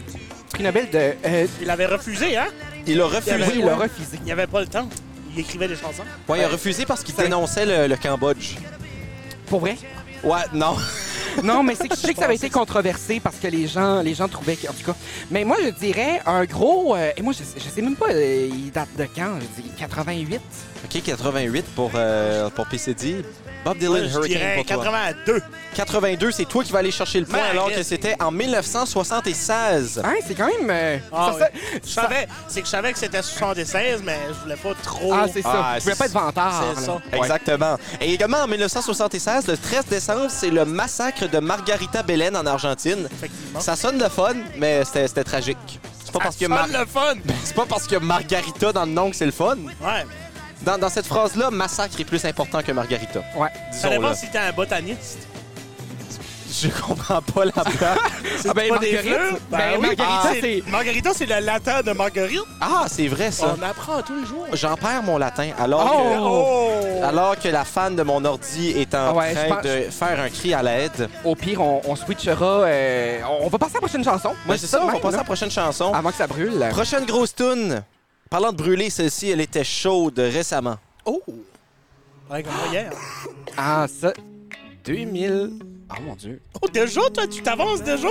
Speaker 3: Prix Nobel de. euh,
Speaker 4: Il avait refusé, hein?
Speaker 1: Il a refusé.
Speaker 3: oui, il l'a refusé.
Speaker 4: Il n'y avait pas le temps. Il écrivait des chansons.
Speaker 1: Ouais, il a refusé parce qu'il dénonçait le, le Cambodge.
Speaker 3: Pour vrai?
Speaker 1: Ouais, non.
Speaker 3: Non, mais c'est que je sais que ça avait été controversé parce que les gens, les gens trouvaient que- en tout cas. Mais moi, je dirais un gros. euh, et moi, je, sais- je sais même pas, euh, il date de quand? Je dis 88.
Speaker 1: Ok, 88 pour, euh, pour PCD. Bob Dylan,
Speaker 4: je
Speaker 1: Hurricane
Speaker 4: dirais
Speaker 1: pour toi.
Speaker 4: 82.
Speaker 1: 82, c'est toi qui vas aller chercher le point
Speaker 4: Man,
Speaker 1: alors que
Speaker 4: yes.
Speaker 1: c'était en 1976.
Speaker 3: Hein, c'est quand même. euh,
Speaker 4: Ah,
Speaker 3: ça-
Speaker 4: oui.
Speaker 3: ça-
Speaker 4: Je savais, c'est que je savais que c'était 76, mais je voulais pas trop.
Speaker 3: Ah, c'est ça.
Speaker 1: Ah,
Speaker 3: Je voulais
Speaker 1: c'est-
Speaker 3: pas être vantard.
Speaker 4: c'est
Speaker 3: là.
Speaker 4: ça.
Speaker 1: Exactement. Et également en 1976, le 13 décembre, c'est le massacre de Margarita Belen en Argentine.
Speaker 4: Effectivement.
Speaker 1: Ça sonne le fun, mais c'était c'était tragique. C'est pas, parce que Mar-
Speaker 4: sonne le fun.
Speaker 1: c'est pas parce que Margarita dans le nom que c'est le fun.
Speaker 4: Ouais.
Speaker 1: Dans, dans cette phrase-là, massacre est plus important que Margarita.
Speaker 3: Ouais.
Speaker 4: Ça dépend
Speaker 1: Disons-le.
Speaker 4: si t'es un botaniste.
Speaker 1: Je comprends pas la blague.
Speaker 3: Ah, ben,
Speaker 4: pas des
Speaker 3: Marguerite.
Speaker 4: fleurs.
Speaker 3: Ben,
Speaker 4: Ben oui.
Speaker 3: Margarita,
Speaker 4: Ah,
Speaker 3: c'est.
Speaker 4: Margarita, c'est le latin de Marguerite.
Speaker 1: Ah, c'est vrai ça.
Speaker 4: On apprend tous les jours.
Speaker 1: J'en perds mon latin alors que...
Speaker 4: Oh!
Speaker 1: Alors que la fan de mon ordi est en
Speaker 3: Ah ouais,
Speaker 1: train
Speaker 3: je pense-
Speaker 1: de faire un cri à l'aide.
Speaker 3: Au pire, on, on switchera. euh, on on va passer à la prochaine chanson.
Speaker 1: Moi,
Speaker 3: Je
Speaker 1: Ben, c'est
Speaker 3: dis
Speaker 1: ça, Ah, on va
Speaker 3: même,
Speaker 1: passer à
Speaker 3: là,
Speaker 1: la prochaine chanson.
Speaker 3: Avant que ça brûle.
Speaker 1: Prochaine grosse toune. Parlant de brûler, celle-ci, elle était chaude récemment.
Speaker 4: Oh! Ouais, comme moi hier.
Speaker 3: Ah, ça. 2000. Oh mon dieu.
Speaker 4: Oh, déjà, toi, tu t'avances déjà?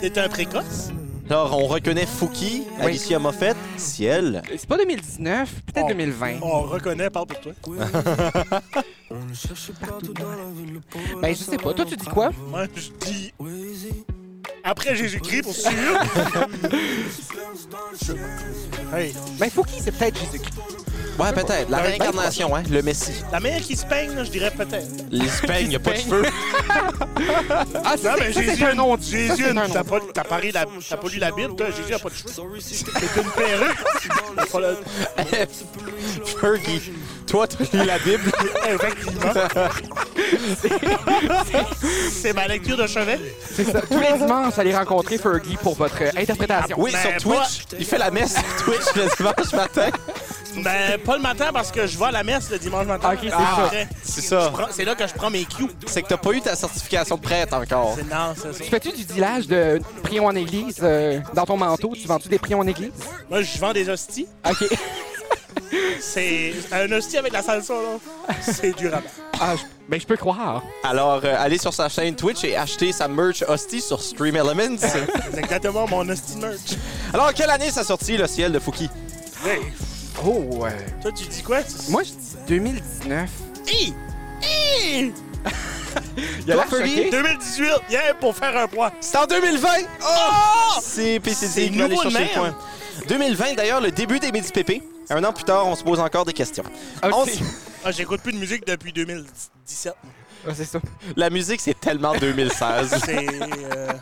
Speaker 4: T'es un précoce?
Speaker 1: Alors, on reconnaît Fouki, Alicia Moffett, Ciel.
Speaker 3: C'est pas 2019, peut-être
Speaker 4: Oh.
Speaker 3: 2020.
Speaker 4: On reconnaît, parle pour toi.
Speaker 3: Ben, je sais pas. Toi, tu dis quoi?
Speaker 4: Moi, je dis. Après Jésus-Christ, pour sûr. Je- Hey,
Speaker 3: Ben, Fouki, c'est peut-être Jésus-Christ.
Speaker 1: Ouais, peut-être. La réincarnation, hein, le Messie.
Speaker 4: la mère qui se peigne, là, je dirais peut-être.
Speaker 1: L'Espagne, il a pas de cheveux.
Speaker 3: Ah, ça,
Speaker 4: Non,
Speaker 3: c'est-
Speaker 4: mais
Speaker 3: ça, c'est
Speaker 4: Jésus,
Speaker 3: un nom. de- ça,
Speaker 4: Jésus,
Speaker 3: c'est un nom.
Speaker 4: t'as pas- t'as parié la- t'as pollué la Bible, toi, Jésus a pas de cheveux. C'est une perruque. C'est pas le-
Speaker 1: Fergie, toi, t'as lu la Bible.
Speaker 4: Effectivement. C'est ma lecture de chevet.
Speaker 3: Tous les dimanches, allez rencontrer Fergie pour votre euh, interprétation.
Speaker 1: Ah Oui,
Speaker 4: Ben,
Speaker 1: sur Twitch. Il fait la messe sur Twitch le dimanche matin.
Speaker 4: Ben, pas le matin parce que je vais à la messe le dimanche matin.
Speaker 3: Ok, c'est
Speaker 4: Ah,
Speaker 3: ça.
Speaker 4: après,
Speaker 1: C'est ça.
Speaker 4: je prends- C'est là que je prends mes cues.
Speaker 1: C'est que t'as pas eu ta certification de prête encore.
Speaker 4: C'est- Non, c'est ça.
Speaker 3: Tu fais-tu du dealage de prions en église euh, dans ton manteau? Tu vends-tu des prions en église?
Speaker 4: Moi, je vends des hosties.
Speaker 3: OK.
Speaker 4: C'est un hostie avec de la salsa, là. C'est du rabat.
Speaker 3: Ah, je- ben, je peux croire.
Speaker 1: Alors, euh, allez sur sa chaîne Twitch et achetez sa merch hostie sur Stream Elements.
Speaker 4: C'est exactement mon hostie merch.
Speaker 1: Alors, quelle année ça sorti, Le ciel de Fouki?
Speaker 4: Hey,
Speaker 3: Oh, ouais.
Speaker 4: toi, tu dis quoi? tu-
Speaker 3: Moi, je dis 2019.
Speaker 4: Hi! Hi!
Speaker 3: Il a
Speaker 1: Toi,
Speaker 3: l'air
Speaker 1: Fergie?
Speaker 3: choqué.
Speaker 4: 2018, yeah, pour faire un point.
Speaker 1: C'est en 2020! Oh!
Speaker 3: Ah!
Speaker 1: C'est
Speaker 4: C'est
Speaker 1: PCD qui va aller
Speaker 4: nouveau de
Speaker 1: chercher le
Speaker 4: même.
Speaker 1: point. 2020, d'ailleurs, le début des Midi Pépé. Un an plus tard, on se pose encore des questions.
Speaker 3: Ah,
Speaker 1: On
Speaker 3: c'est-
Speaker 1: s-
Speaker 4: Ah, J'écoute plus de musique depuis 2017.
Speaker 3: Ah, c'est ça.
Speaker 1: La musique, c'est tellement 2016.
Speaker 4: C'est. euh,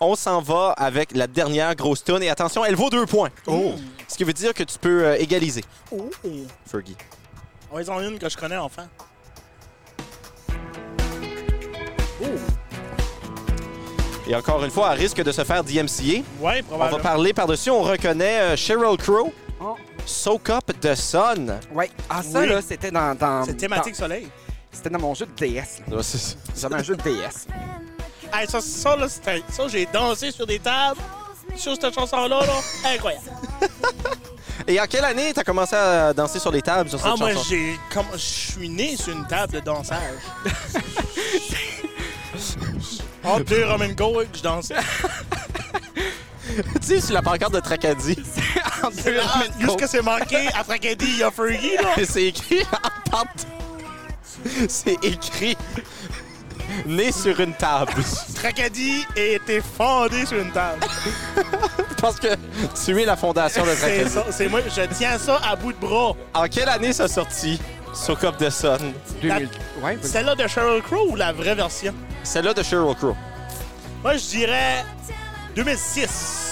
Speaker 1: on s'en va avec la dernière grosse tune et attention, elle vaut deux points. Oh! Ce qui veut dire que tu peux euh, égaliser,
Speaker 4: Oh!
Speaker 1: Fergie.
Speaker 4: On ils ont une que je connais, enfin.
Speaker 1: Et encore une fois, à risque de se faire DMCA,
Speaker 4: Ouais,
Speaker 1: on va
Speaker 4: probablement.
Speaker 1: parler par-dessus. On reconnaît euh, Sheryl Crow,
Speaker 3: Oh.
Speaker 1: Soak Up the Sun.
Speaker 3: Ouais. Ah, ça,
Speaker 4: Oui.
Speaker 3: là, c'était dans. dans
Speaker 4: C'est
Speaker 1: Ah.
Speaker 4: thématique soleil.
Speaker 3: dans- C'était dans mon jeu de DS. là. C'était dans un jeu de DS.
Speaker 4: Hey, ça, ça, là, c'était- ça, j'ai dansé sur des tables. Sur cette chanson-là, là. Incroyable.
Speaker 1: Et en quelle année t'as commencé à danser sur les tables sur cette
Speaker 4: Ah, moi,
Speaker 1: chanson?
Speaker 4: j'ai. comme- Je suis né sur une table de dansage. oh, deux Roman Gold, je dansais.
Speaker 1: Tu sais, sur la pancarte de Tracadie,
Speaker 4: Ah, Juste que c'est marqué à Tracadie, il y a Fergie, là.
Speaker 1: c'est écrit en pente. C'est écrit né sur une table.
Speaker 4: Tracadie a été fondé sur une table.
Speaker 1: Je pense que tu es la fondation de
Speaker 4: C'est
Speaker 1: Tracadie.
Speaker 4: ça, c'est moi, je tiens ça à bout de bras.
Speaker 1: En quelle année ça a sorti? Soak Up the Sun.
Speaker 3: 2000. Ouais, vas-y.
Speaker 4: Celle-là de Sheryl Crow ou la vraie version?
Speaker 1: Celle-là de Sheryl Crow.
Speaker 4: Moi, je dirais 2006.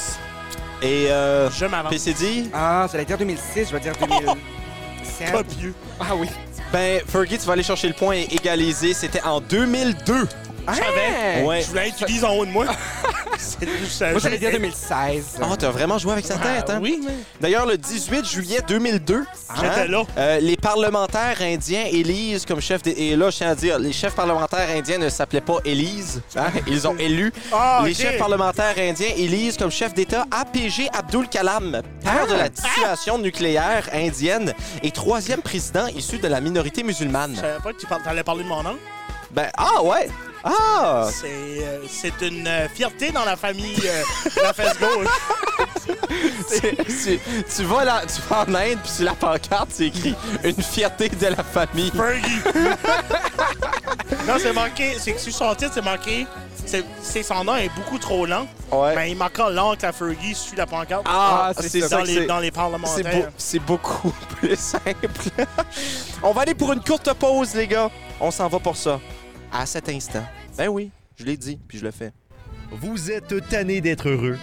Speaker 1: Et euh,
Speaker 4: Je m'avance.
Speaker 1: PCD,
Speaker 3: Ah, j'allais dire 2006, je vais dire 2007.
Speaker 4: Copieux.
Speaker 3: Ah oui.
Speaker 1: ben Fergie, tu vas aller chercher le point et égaliser. C'était en 2002.
Speaker 3: Ah,
Speaker 4: savais.
Speaker 1: Ouais.
Speaker 4: Je voulais être utilise en haut de moi. C'est juste ça.
Speaker 3: Moi, j'allais dire 2016.
Speaker 4: Ah.
Speaker 1: Oh, t'as vraiment joué avec sa tête, hein?
Speaker 4: Ben Oui, mais
Speaker 1: D'ailleurs, le 18 juillet 2002,
Speaker 4: j'étais là.
Speaker 1: euh, les parlementaires indiens élisent comme chef des... Et là, je tiens à dire, les chefs parlementaires indiens ne s'appelaient pas Élise. hein, Ils ont élu.
Speaker 4: Ah,
Speaker 1: Les
Speaker 4: ok.
Speaker 1: chefs parlementaires indiens élisent comme chef d'État APG Abdul Kalam, père
Speaker 4: Ah!
Speaker 1: de la dissuasion nucléaire indienne et troisième président issu de la minorité musulmane.
Speaker 4: Je savais Euh, pas que tu par- t'allais parler de mon nom.
Speaker 1: Ben, ah ouais! Ah!
Speaker 4: C'est euh, c'est une euh, fierté dans la famille euh, la fesse gauche.
Speaker 1: C'est- tu, tu vas là, tu vas en Inde, puis sur la pancarte, c'est écrit « Une fierté de la famille
Speaker 4: Fergie. non, c'est marqué. C'est que sur son titre, c'est marqué. c'est- C'est son nom est beaucoup trop lent. ».
Speaker 1: Ouais.
Speaker 4: Ben, il manque encore l'oncle à Fergie sur la pancarte.
Speaker 1: ah,
Speaker 3: Ah, c'est
Speaker 1: c'est
Speaker 3: ça.
Speaker 1: ça
Speaker 4: dans,
Speaker 1: que
Speaker 4: les,
Speaker 1: c'est.
Speaker 4: dans les
Speaker 1: C'est
Speaker 4: parlementaires.
Speaker 1: beau- c'est beaucoup plus simple. On va aller pour une courte pause, les gars. On s'en va pour ça. À cet instant. Ben oui, je l'ai dit, puis je le fais.
Speaker 5: Vous êtes tanné d'être heureux?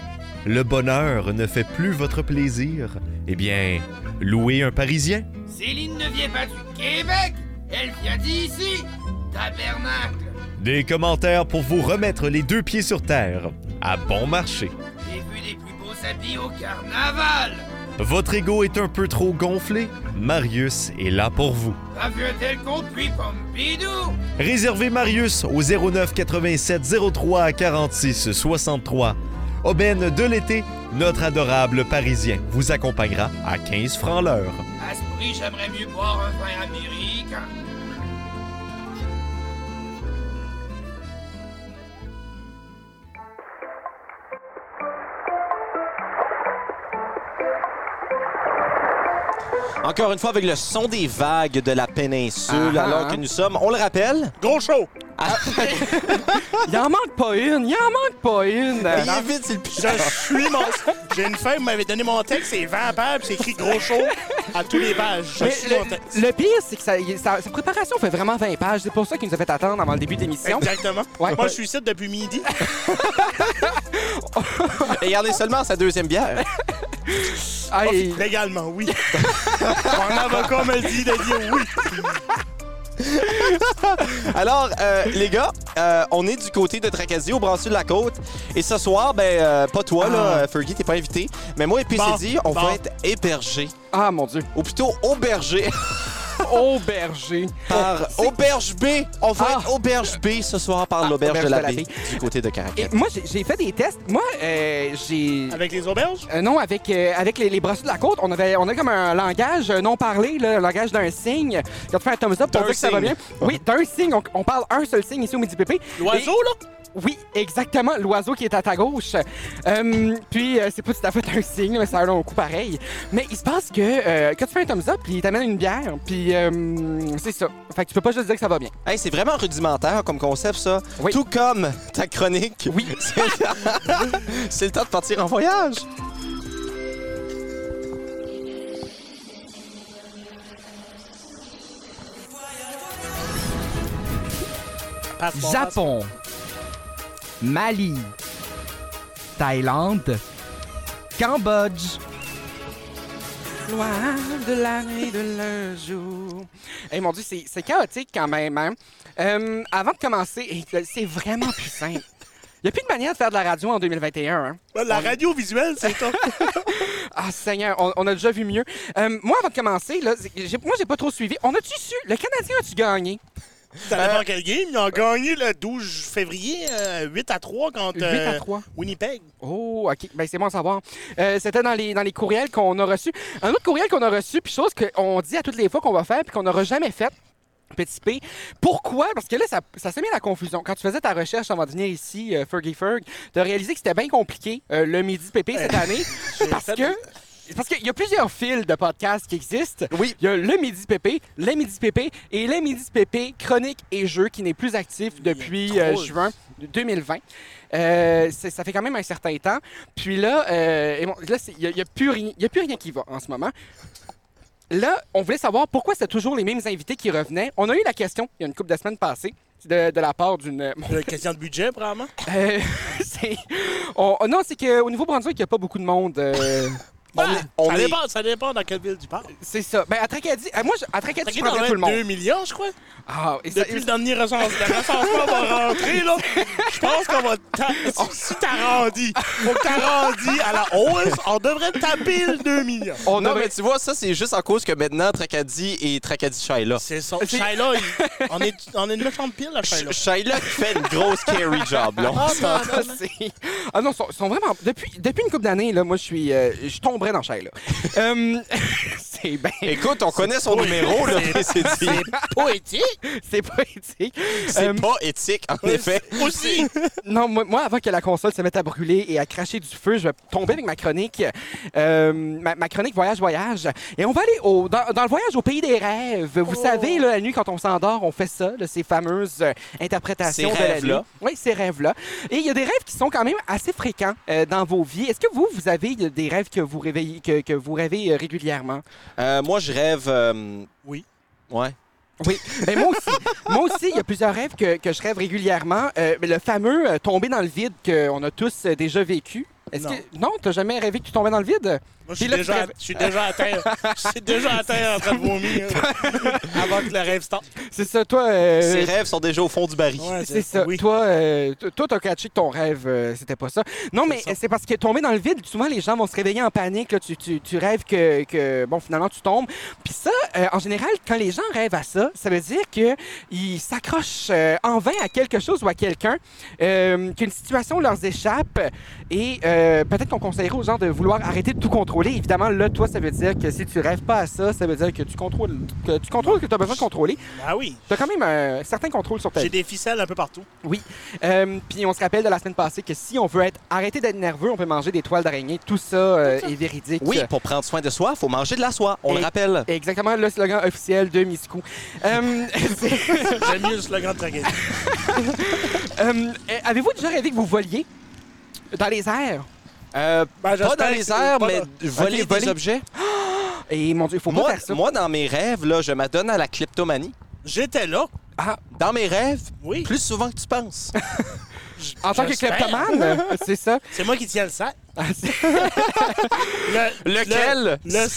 Speaker 5: Le bonheur ne fait plus votre plaisir? Eh bien, louez un Parisien.
Speaker 8: Céline ne vient pas du Québec, elle vient d'ici. Tabernacle.
Speaker 5: Des commentaires pour vous remettre les deux pieds sur terre. À bon marché.
Speaker 8: J'ai vu les plus beaux habits au carnaval.
Speaker 5: Votre ego est un peu trop gonflé? Marius est là pour vous.
Speaker 8: Pas vu un tel con depuis Pompidou.
Speaker 5: Réservez Marius au 09 87 03 46 63. Aubaine de l'été, notre adorable Parisien vous accompagnera à 15 francs l'heure.
Speaker 8: À ce prix, j'aimerais mieux boire un vin américain.
Speaker 1: Encore une fois, avec le son des vagues de la péninsule,
Speaker 3: Ah,
Speaker 1: alors
Speaker 3: ah.
Speaker 1: que nous sommes, on le rappelle,
Speaker 4: Gros show!
Speaker 3: Il en manque pas une. Il en manque pas une.
Speaker 1: ayez vite, s'il vous
Speaker 4: Je
Speaker 1: plaît.
Speaker 4: suis mon. J'ai une femme qui m'avait donné mon texte, c'est 20 pages, puis c'est écrit gros show à tous les pages. Je
Speaker 3: Mais
Speaker 4: suis mon texte.
Speaker 3: le, le pire, c'est que ça- il- sa, sa préparation fait vraiment 20 pages. C'est pour ça qu'il nous a fait attendre avant le début de l'émission.
Speaker 4: Exactement.
Speaker 3: Ouais.
Speaker 4: Moi, je suis ici depuis midi.
Speaker 1: Et regardez seulement sa deuxième bière.
Speaker 3: Ah,
Speaker 4: Oh,
Speaker 3: et-
Speaker 4: Légalement, oui. Mon avocat me dit de dire oui.
Speaker 1: Alors, euh, les gars, euh, on est du côté de Tracadie, au branchu de la côte. Et ce soir, ben, euh, pas toi, là,
Speaker 3: Ah.
Speaker 1: euh, Fergie, t'es pas invité. Mais moi et PCD,
Speaker 4: Bon,
Speaker 1: on
Speaker 4: bon.
Speaker 1: va être hébergés.
Speaker 3: Ah, mon Dieu.
Speaker 1: Ou plutôt aubergés
Speaker 3: Auberger.
Speaker 1: par Auberge B. On va
Speaker 3: Ah.
Speaker 1: être Auberge B ce soir par l'Auberge de la Baie, du côté de Caracas.
Speaker 3: Et moi, j'ai- j'ai fait des tests. Moi, euh, j'ai...
Speaker 4: Avec les auberges?
Speaker 3: Euh, non, avec, euh, avec les, les brasseurs de la côte, on avait, on a comme un langage euh, non parlé, là, un langage d'un signe. Quand tu fais un thumbs up, on
Speaker 1: D'un
Speaker 3: dit que ça va
Speaker 1: signe.
Speaker 3: bien. Oui, d'un signe. On, on parle un seul signe ici au Midi Pépé.
Speaker 4: L'oiseau, là?
Speaker 3: Oui, exactement. L'oiseau qui est à ta gauche. Euh, puis, euh, c'est pas tout à fait un signe, mais c'est un long coup pareil. Mais il se passe que euh, quand tu fais un thumbs up, puis il t'amène une bière, puis euh, c'est ça. Fait que tu peux pas juste dire que ça va bien.
Speaker 1: Hey, c'est vraiment rudimentaire comme concept, ça.
Speaker 3: Oui.
Speaker 1: Tout comme ta chronique.
Speaker 3: Oui.
Speaker 1: C'est c'est le temps de partir en voyage.
Speaker 4: Passe, passe, passe.
Speaker 2: Japon, Mali, Thaïlande, Cambodge.
Speaker 3: Loin de la nuit de l'un jour. Eh mon Dieu, c'est c'est chaotique quand même. hein. Euh, avant de commencer, eh, là, c'est vraiment plus simple. Il n'y a plus de manière de faire de la radio en 2021. Hein?
Speaker 4: Ouais, La radio visuelle, c'est top.
Speaker 3: Ah, Seigneur, on, on a déjà vu mieux. Euh, moi, avant de commencer, là, c'est- j'ai- moi, j'ai pas trop suivi. On a-tu su? Le Canadien a-tu gagné? Euh,
Speaker 4: Ça dépend quel game. Ils ont gagné le 12 février, euh, 8 à 3 contre
Speaker 3: 8 à
Speaker 4: euh,
Speaker 3: 3.
Speaker 4: Winnipeg.
Speaker 3: Oh, OK. Ben, c'est bon à savoir. Euh, C'était dans les, dans les courriels qu'on a reçus. Un autre courriel qu'on a reçu, puis chose qu'on dit à toutes les fois qu'on va faire, puis qu'on n'aura jamais fait. Petit P. Pourquoi? Parce que là, ça, ça s'est mis à la confusion. Quand tu faisais ta recherche avant de venir ici, euh, Fergie Ferg, tu as réalisé que c'était bien compliqué euh, le midi PP cette année. parce
Speaker 4: fait-
Speaker 3: que. Parce qu'il y a plusieurs fils de podcasts qui existent.
Speaker 1: Oui.
Speaker 3: Il y a le Midi PP, le Midi PP et le Midi PP chronique et jeu qui n'est plus actif depuis euh,
Speaker 4: trop-
Speaker 3: juin 2020. Euh, c'est- ça fait quand même un certain temps. Puis là, euh, et bon, là, c'est- il n'y a, il y a plus rien- il y a plus rien qui va en ce moment. Là, on voulait savoir pourquoi c'était toujours les mêmes invités qui revenaient. On a eu la question il y a une couple de semaines passées de, de la part d'une. bon,
Speaker 4: Euh, question de budget, probablement.
Speaker 3: euh, c'est- on- on- non, c'est qu'au Nouveau-Brunswick, il n'y a pas beaucoup de monde. euh,
Speaker 1: On
Speaker 4: Ah,
Speaker 1: est- on
Speaker 4: ça,
Speaker 1: est-
Speaker 4: Dépend, ça dépend dans quelle ville tu parles.
Speaker 3: c'est ça. Ben, à Tracadie, euh, moi, je- à Tracadie, je
Speaker 4: T'inquiète,
Speaker 3: prendrais
Speaker 4: on
Speaker 3: tout le monde.
Speaker 4: 2 millions, je crois.
Speaker 3: Ah, et ça-
Speaker 4: Depuis le dernier recensement, le recensement va rentrer, là. Je pense qu'on va... ta- Si- Si t'arrondis, faut que t'arrondis à la hausse, on devrait taper le 2 millions.
Speaker 3: on
Speaker 1: non,
Speaker 3: devrait-
Speaker 1: mais tu vois, ça, c'est juste en cause que maintenant, Tracadie et Tracadie Shaila.
Speaker 4: C'est ça.
Speaker 3: C'est-
Speaker 4: Shaila, il- on est, on est une méchante pile, là, Shaila.
Speaker 1: Sh- Shaila qui fait une grosse carry job, là.
Speaker 4: Ah, non,
Speaker 3: Ah,
Speaker 4: non, non.
Speaker 3: c'est- ah non, sont, sont vraiment. Depuis, depuis une couple d'années, là, moi, je suis. euh, je tomberais dans Shaila. euh, c'est bien.
Speaker 1: Écoute, on connaît son
Speaker 4: pas-
Speaker 1: numéro, là, c'est dit.
Speaker 4: Poétique.
Speaker 3: C'est poétique.
Speaker 1: C'est
Speaker 3: Euh,
Speaker 1: pas éthique, en effet.
Speaker 4: Aussi.
Speaker 3: Non, moi, moi, avant que la console se mette à brûler et à cracher du feu, je vais tomber avec ma chronique. euh, ma, ma chronique Voyage, Voyage. Et on va aller au, dans, dans le voyage au pays des rêves.
Speaker 1: Oh.
Speaker 3: Vous savez, là, la nuit, quand on s'endort, on fait ça, là, ces fameuses euh, interprétations
Speaker 1: Ces
Speaker 3: de la
Speaker 1: rêves-là.
Speaker 3: nuit. Oui, ces rêves-là. Et il y a des rêves qui sont quand même assez fréquents euh, dans vos vies. Est-ce que vous, vous avez des rêves que vous, réveillez, que, que vous rêvez euh, régulièrement?
Speaker 1: Euh, moi, je rêve... euh,
Speaker 4: Oui.
Speaker 1: Ouais.
Speaker 3: Oui, mais moi aussi. moi aussi, il y a plusieurs rêves que, que je rêve régulièrement. Euh, mais le fameux euh, tomber dans le vide qu'on a tous euh, déjà vécu. Est-ce
Speaker 4: Non.
Speaker 3: que non, t'as jamais rêvé que tu tombais dans le vide
Speaker 4: Moi, je suis
Speaker 3: Puis là, tu
Speaker 4: déjà,
Speaker 3: rêves-
Speaker 4: je suis déjà à terre. Je suis déjà à terre en train de vomir. Avant que le rêve starte.
Speaker 3: C'est ça, toi. euh,
Speaker 1: Ses rêves sont déjà au fond du baril.
Speaker 3: c'est ça.
Speaker 4: Oui.
Speaker 3: Toi, euh, t- toi, t'as catché que ton rêve, euh, c'était pas ça. Non, mais
Speaker 4: ça.
Speaker 3: c'est parce que tomber dans le vide, souvent les gens vont se réveiller en panique. là. tu, tu- tu rêves que, que, bon, finalement, tu tombes. Puis ça, euh, en général, quand les gens rêvent à ça, ça veut dire qu'ils s'accrochent euh, en vain à quelque chose ou à quelqu'un, euh, qu'une situation leur échappe. Et euh, peut-être qu'on conseillerait aux gens de vouloir arrêter de tout contrôler. Évidemment, là, toi, ça veut dire que si tu rêves pas à ça, ça veut dire que tu contrôles, que tu contrôles ce que tu as besoin de contrôler.
Speaker 4: Ah oui.
Speaker 3: Tu as quand même un certain contrôle sur ta vie.
Speaker 4: J'ai des ficelles un peu partout.
Speaker 3: Oui. Euh, puis on se rappelle de la semaine passée que si on veut être arrêté d'être nerveux, on peut manger des toiles d'araignée. Tout ça euh, est véridique.
Speaker 1: Oui, pour prendre soin de soi, faut manger de la soie. On
Speaker 3: Et-
Speaker 1: le rappelle.
Speaker 3: Exactement le slogan officiel de Miscou. Euh, c'est-
Speaker 4: J'aime mieux le slogan de tragédie.
Speaker 3: euh, Avez-vous déjà rêvé que vous voliez dans les airs?
Speaker 1: Euh,
Speaker 4: Ben,
Speaker 1: pas
Speaker 4: j'espère
Speaker 1: dans
Speaker 4: que
Speaker 1: les
Speaker 4: c'est
Speaker 1: airs,
Speaker 4: pas
Speaker 1: mais
Speaker 4: dans-
Speaker 1: voler
Speaker 3: Ok,
Speaker 1: des
Speaker 3: voler.
Speaker 1: objets.
Speaker 3: Et mon Dieu, il faut
Speaker 1: Moi,
Speaker 3: pas faire ça.
Speaker 1: moi, dans mes rêves, là, je m'adonne à la kleptomanie.
Speaker 4: J'étais là.
Speaker 1: Ah, dans mes rêves,
Speaker 4: Oui.
Speaker 1: plus souvent que tu penses.
Speaker 3: en tant que
Speaker 4: j'espère.
Speaker 3: kleptomane, c'est ça.
Speaker 4: C'est moi qui tiens le sac.
Speaker 3: Ah, c'est-
Speaker 4: Le-
Speaker 1: Lequel?
Speaker 4: Le, le-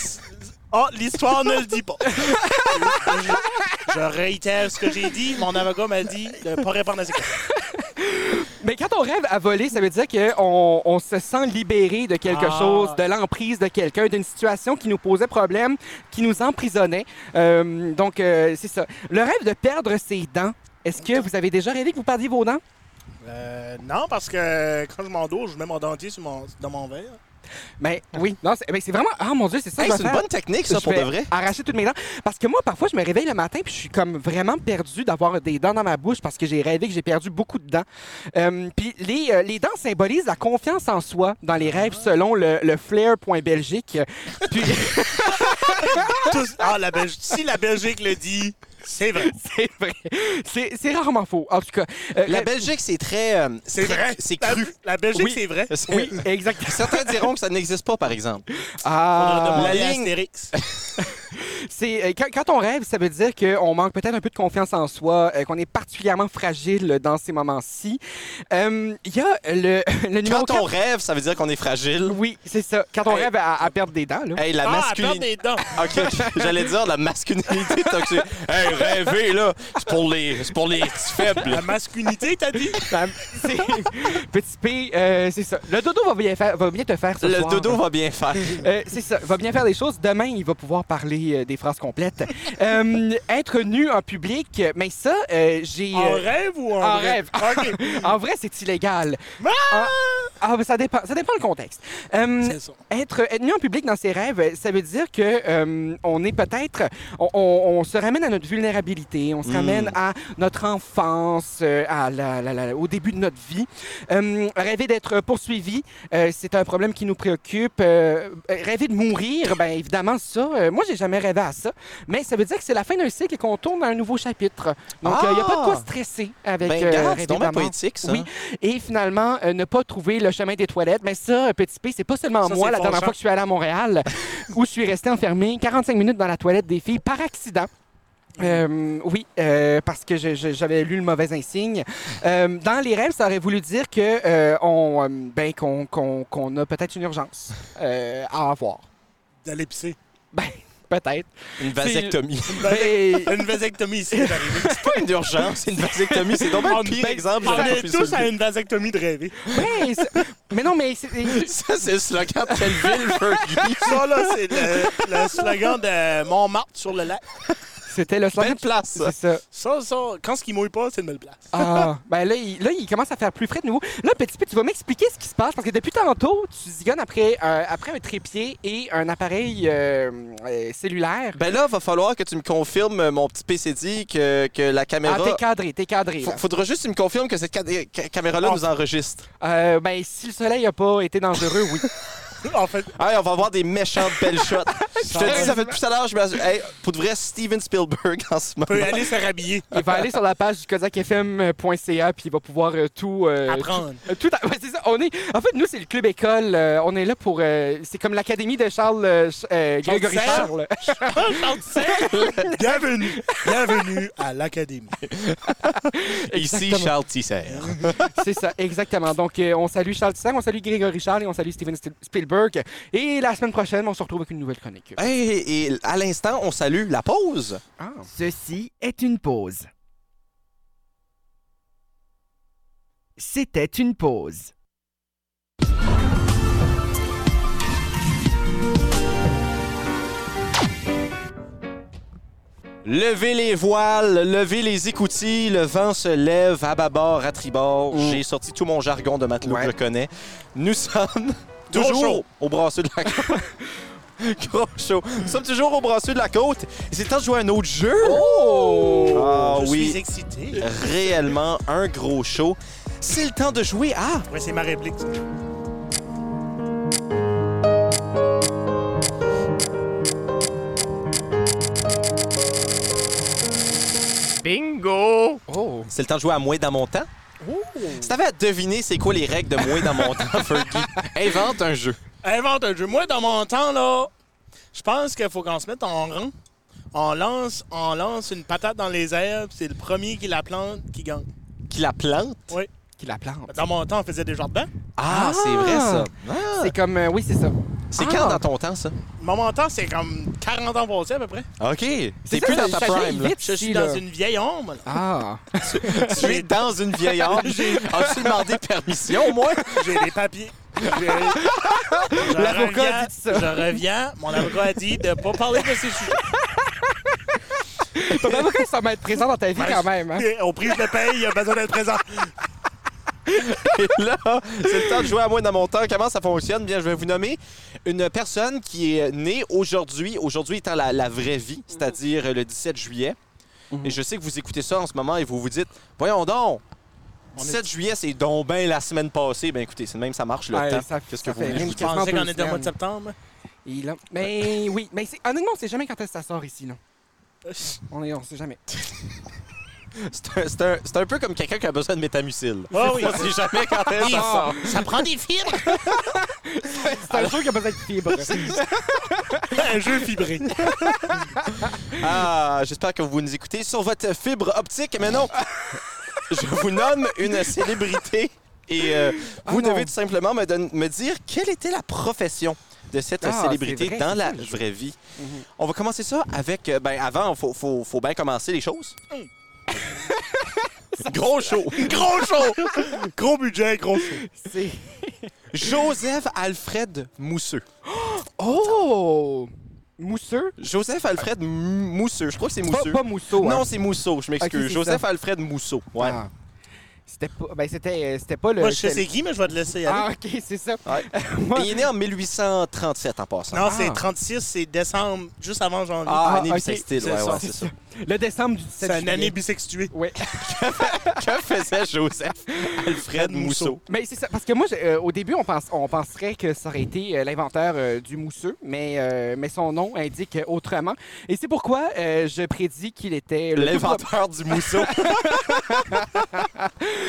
Speaker 4: Ah, l'histoire ne le dit pas. Je, je réitère ce que j'ai dit. Mon avocat m'a dit de ne pas répondre à ces questions.
Speaker 3: Mais quand on rêve à voler, ça veut dire qu'on on se sent libéré de quelque
Speaker 4: Ah.
Speaker 3: chose, de l'emprise de quelqu'un, d'une situation qui nous posait problème, qui nous emprisonnait. Euh, donc, euh, c'est ça. Le rêve de perdre ses dents, est-ce que vous avez déjà rêvé que vous perdiez vos dents?
Speaker 4: Euh, non, parce que quand je m'endors, je mets mon dentier sur mon, dans mon verre.
Speaker 3: Ben oui, non, c'est ben, c'est vraiment. Ah mon Dieu, c'est
Speaker 1: Ah.
Speaker 3: ça.
Speaker 1: Hey,
Speaker 3: que je
Speaker 1: c'est
Speaker 3: vais
Speaker 1: une
Speaker 3: faire.
Speaker 1: bonne technique, ça,
Speaker 3: Je
Speaker 1: pour de
Speaker 3: vais
Speaker 1: vrai.
Speaker 3: Arracher toutes mes dents. Parce que moi, parfois, je me réveille le matin puis je suis comme vraiment perdu d'avoir des dents dans ma bouche parce que j'ai rêvé que j'ai perdu beaucoup de dents. Euh, puis les, euh, les dents symbolisent la confiance en soi dans les rêves selon le, le flair.belgique. Puis
Speaker 4: Tous- Ah, la Belgique. Si la Belgique le dit, c'est vrai.
Speaker 3: c'est vrai. C'est c'est rarement faux. En tout cas. euh,
Speaker 1: La
Speaker 3: euh,
Speaker 1: Belgique, c'est très. euh,
Speaker 4: C'est
Speaker 1: très-
Speaker 4: vrai.
Speaker 1: C'est
Speaker 4: La-
Speaker 1: cru.
Speaker 4: La, Belgique,
Speaker 1: Oui. Euh,
Speaker 4: c'est vrai.
Speaker 1: C'est-
Speaker 3: Oui, exactement.
Speaker 1: Certains diront que ça n'existe pas, par exemple.
Speaker 3: Ah.
Speaker 4: la
Speaker 1: la ligne.
Speaker 4: ligne.
Speaker 3: C'est euh, quand, quand on rêve, ça veut dire qu'on manque peut-être un peu de confiance en soi, euh, qu'on est particulièrement fragile dans ces moments-ci. Euh, Il y a le, le numéro
Speaker 1: Quand on
Speaker 3: quatre-
Speaker 1: rêve, ça veut dire qu'on est fragile.
Speaker 3: Oui, c'est ça. Quand on
Speaker 1: Hey.
Speaker 3: rêve à, à perdre des dents, là.
Speaker 1: Hey, la
Speaker 4: Ah, attends
Speaker 1: masculinité.
Speaker 4: des dents.
Speaker 1: Ok, j'allais dire la masculinité toxique. Hey, rêver, là, c'est pour les, c'est pour les petits faibles.
Speaker 4: La masculinité, t'as dit?
Speaker 3: Ça- c'est- Petit P, euh, c'est ça. Le dodo va bien, faire- va bien te faire ce
Speaker 1: Le
Speaker 3: soir.
Speaker 1: dodo va bien faire.
Speaker 3: Euh, c'est ça, va bien faire les choses. Demain, il va pouvoir parler euh, des phrases complètes. Euh, être nu en public, euh, mais ça, euh, j'ai...
Speaker 4: En
Speaker 3: euh,
Speaker 4: rêve ou en,
Speaker 3: en
Speaker 4: vrai?
Speaker 3: rêve.
Speaker 4: OK.
Speaker 3: en vrai, c'est illégal. Ah, ah, ben, ça dépend, ça dépend le contexte. Euh,
Speaker 4: C'est ça.
Speaker 3: être, être nu en public dans ses rêves, euh, ça veut dire que euh, on est peut-être, on, on- on se ramène à notre vulnérabilité,
Speaker 1: Hmm.
Speaker 3: on se ramène à notre enfance, euh, à la- la- la- au début de notre vie. Euh, rêver d'être poursuivi, euh, c'est un problème qui nous préoccupe. Euh, euh, rêver de mourir, ben évidemment ça, euh, moi j'ai jamais rêvé à ça, mais ça veut dire que c'est la fin d'un cycle et qu'on tourne à un nouveau chapitre. Donc il n'y a pas de quoi
Speaker 1: Ah!
Speaker 3: stresser avec
Speaker 1: Ben,
Speaker 3: euh,
Speaker 1: regarde,
Speaker 3: rêver
Speaker 1: c'est
Speaker 3: de la
Speaker 1: dommage
Speaker 3: mort.
Speaker 1: poétique, ça.
Speaker 3: Oui. Et finalement, euh, ne pas trouver le chemin des toilettes. Mais ça, euh, petit P, c'est pas seulement
Speaker 4: Ça,
Speaker 3: moi
Speaker 4: c'est
Speaker 3: la dernière
Speaker 4: fâchant.
Speaker 3: fois que je suis allé à Montréal où je suis resté enfermé 45 minutes dans la toilette des filles par accident. Euh, oui, euh, parce que je- je- j'avais lu le mauvais insigne. Euh, dans les rêves, ça aurait voulu dire que euh, on, euh, ben, qu'on qu'on- qu'on a peut-être une urgence euh, à avoir.
Speaker 4: D'aller pisser.
Speaker 3: Ben, peut-être.
Speaker 1: Une vasectomie.
Speaker 3: Ben,
Speaker 4: Une vasectomie, c'est arrivé.
Speaker 1: C'est pas une urgence, une vasectomie. C'est donc
Speaker 4: On-
Speaker 1: un pire exemple.
Speaker 4: On
Speaker 1: j'aurais pas
Speaker 4: est
Speaker 1: pu
Speaker 4: tous à
Speaker 1: soulever.
Speaker 4: une vasectomie de rêver.
Speaker 3: ben, c'est- mais non, mais c'est-
Speaker 1: Ça, c'est le slogan de quelle ville, Fergie?
Speaker 4: Ça, là, c'est le, le slogan de Montmartre sur le lac.
Speaker 3: c'était
Speaker 4: Ben,
Speaker 3: le slogan.
Speaker 1: Belle place, ça.
Speaker 3: C'est ça.
Speaker 4: Ça, ça, quand ce qui mouille pas, c'est une belle place.
Speaker 3: Ah, ben là il, là, il commence à faire plus frais de nouveau. Là, petit peu, tu vas m'expliquer ce qui se passe parce que depuis tantôt, tu zigonnes après, euh, après un trépied et un appareil euh, euh, cellulaire.
Speaker 1: Ben là, va falloir que tu me confirmes, euh, mon petit PCD, que, que la
Speaker 4: Ben,
Speaker 3: Ah,
Speaker 1: caméra...
Speaker 3: t'es cadré, t'es cadré. là.
Speaker 1: F- Faudra juste que tu me confirmes que cette ca- ca- caméra-là
Speaker 4: Oh.
Speaker 1: nous enregistre.
Speaker 3: Euh, ben, si le soleil n'a pas été dangereux, oui.
Speaker 4: En fait,
Speaker 1: Hey, on va avoir des méchants belles shots. Je te dis, ça fait depuis tout à l'heure, je me suis- Hey, pour de vrai, Steven Spielberg en ce
Speaker 4: peut
Speaker 1: moment.
Speaker 4: aller se rhabiller.
Speaker 3: Il va aller sur la page du kozakfm.ca puis il va pouvoir euh, tout... euh,
Speaker 4: Apprendre.
Speaker 3: tout- euh, tout à- ouais, c'est ça, on est... En fait, nous, c'est le club école. euh, on est là pour... euh, c'est comme l'académie de Charles... euh, Ch- euh,
Speaker 4: Charles
Speaker 3: Grégory
Speaker 4: Serre.
Speaker 3: Charles.
Speaker 4: Bienvenue. Bienvenue à l'Académie.
Speaker 1: Ici,
Speaker 3: Exactement.
Speaker 1: Charles Tisser.
Speaker 3: C'est ça, exactement. Donc, euh, on salue Charles Tissang, on salue Grégory Charles et on salue Steven Stil- Spielberg. Et la semaine prochaine, on se retrouve avec une nouvelle chronique. euh,
Speaker 1: Hey, et à l'instant, on salue la pause.
Speaker 3: Ah.
Speaker 2: Ceci est une pause. C'était une pause.
Speaker 1: Levez les voiles, levez les écoutilles, le vent se lève à bâbord, à tribord.
Speaker 3: Mm.
Speaker 1: J'ai sorti tout mon jargon de matelot
Speaker 3: Ouais.
Speaker 1: que je connais. Nous sommes
Speaker 4: Gros
Speaker 1: toujours
Speaker 4: show.
Speaker 1: au brasseux de la côte. Gros show. Nous sommes toujours au brasseux de la côte. Et C'est le temps de jouer à un autre jeu. Ah
Speaker 4: Je suis
Speaker 1: oui,
Speaker 4: excité.
Speaker 1: réellement un gros show. C'est le temps de jouer à...
Speaker 4: Ouais, c'est ma réplique. ça.
Speaker 8: Bingo
Speaker 3: Oh.
Speaker 1: C'est le temps de jouer à Mouais dans mon temps. Si t'avais à deviner c'est quoi les règles de Mouais dans mon temps, Fergie, invente un jeu.
Speaker 4: Invente un jeu. Moi, dans mon temps, là, je pense qu'il faut qu'on se mette en rang. On lance, on lance une patate dans les airs, puis c'est le premier qui la plante qui gagne.
Speaker 1: Qui la plante.
Speaker 3: Qui la plante.
Speaker 4: Dans mon temps, on faisait des jardins.
Speaker 1: Ah,
Speaker 3: Ah!
Speaker 1: c'est vrai ça. Ah.
Speaker 3: C'est comme... euh, oui, c'est ça.
Speaker 1: C'est
Speaker 3: Ah.
Speaker 1: quand dans ton temps, ça?
Speaker 4: Mon montant, c'est comme 40 ans passé à peu près.
Speaker 1: OK.
Speaker 3: C'est
Speaker 1: T'es
Speaker 3: ça,
Speaker 1: plus
Speaker 3: ça-
Speaker 1: dans ta
Speaker 3: ça vieillit
Speaker 1: prime, là.
Speaker 3: vite.
Speaker 4: Je suis
Speaker 3: Si,
Speaker 4: dans
Speaker 3: là.
Speaker 4: une vieille ombre.
Speaker 3: Ah!
Speaker 1: Tu es dans une vieille ombre. As-tu demandé permission, moi?
Speaker 4: J'ai des papiers. Je- je
Speaker 3: L'avocat
Speaker 4: reviens-
Speaker 3: a dit ça.
Speaker 4: Je reviens. Mon avocat a dit de ne pas parler de ces sujets.
Speaker 3: Ton avocat, ça va être présent dans ta vie quand même. hein?
Speaker 4: Et Au prix de le paye, il a besoin d'être présent.
Speaker 1: Et là, c'est le temps de jouer à moi dans mon temps. Comment ça fonctionne? Bien, je vais vous nommer une personne qui est née aujourd'hui, aujourd'hui étant la, la vraie vie, c'est-à-dire le 17 juillet. Et je sais que vous écoutez ça en ce moment et vous vous dites, voyons donc,
Speaker 4: On est-
Speaker 1: 17 juillet, c'est donc ben la semaine passée. Ben écoutez, c'est de même, ça marche le
Speaker 3: Ouais,
Speaker 1: temps.
Speaker 3: ça-
Speaker 1: Qu'est-ce que
Speaker 3: ça
Speaker 1: vous
Speaker 3: fait
Speaker 1: voulez?
Speaker 3: rien
Speaker 1: que je
Speaker 3: de
Speaker 1: vous dise?
Speaker 3: Quasiment
Speaker 4: Je pensais qu'on
Speaker 3: deux
Speaker 4: était au mois de
Speaker 3: semaines.
Speaker 4: septembre.
Speaker 3: Et là- Mais oui, mais c'est- honnêtement, on sait jamais quand est-ce que ça sort ici. Là. On, est, on sait jamais.
Speaker 1: C'est un- c'est un, c'est un peu comme quelqu'un qui a besoin de métamucil.
Speaker 4: Ah oui.
Speaker 1: On sait jamais quand elle
Speaker 4: Il-
Speaker 1: sort.
Speaker 4: Ça prend des fibres.
Speaker 3: C'est un jeu qui a besoin de fibre.
Speaker 4: Un jeu fibré.
Speaker 1: Ah, j'espère que vous nous écoutez sur votre fibre optique, mais non. Je vous nomme une célébrité et euh, vous
Speaker 3: Ah non.
Speaker 1: devez tout simplement me, don- me dire quelle était la profession de cette
Speaker 3: Ah,
Speaker 1: célébrité
Speaker 3: c'est vrai,
Speaker 1: dans
Speaker 3: c'est
Speaker 1: la
Speaker 3: ça, Mhm. le jeu.
Speaker 1: vraie vie. On va commencer ça avec... euh, ben, avant, faut, faut, faut bien commencer les choses. Gros show!
Speaker 4: Gros show. Gros budget, gros show.
Speaker 3: C'est-
Speaker 1: Joseph Alfred Mousseux.
Speaker 3: Oh! Mousseux?
Speaker 1: Joseph Alfred M- Mousseux. Je crois que c'est
Speaker 3: Pas,
Speaker 1: Mousseux.
Speaker 3: pas mousseau. hein?
Speaker 1: Non, c'est Mousseau, je m'excuse.
Speaker 3: Ok, c'est
Speaker 1: Joseph Alfred Mousseau. Ouais.
Speaker 3: Ah. C'était pas, ben, c'était, euh, c'était pas le.
Speaker 4: Moi, je sais
Speaker 3: c'était-
Speaker 4: c'est qui, mais je vais te laisser
Speaker 3: Ah,
Speaker 4: aller.
Speaker 3: ok, c'est ça.
Speaker 1: Ouais.
Speaker 3: Moi-
Speaker 1: Et il est né en 1837 en passant.
Speaker 4: Non,
Speaker 3: Ah.
Speaker 4: c'est 36, c'est décembre, juste avant janvier.
Speaker 1: Ah,
Speaker 3: Ah,
Speaker 1: année
Speaker 3: ok.
Speaker 1: bissextile, ouais,
Speaker 4: C'est ça,
Speaker 1: ouais, c'est ça.
Speaker 3: Le décembre du 17
Speaker 4: c'est une année
Speaker 3: juillet.
Speaker 4: bisextuée.
Speaker 3: Ouais.
Speaker 1: que faisait Joseph Alfred Mousseau?
Speaker 3: Mais Ben, c'est ça, parce que moi, j'ai- euh, au début, on, pense, on penserait que ça aurait été euh, l'inventeur euh, du mousseux, mais, euh, mais son nom indique euh, autrement. Et c'est pourquoi euh, je prédis qu'il était le tout
Speaker 1: L'inventeur du Mousseau.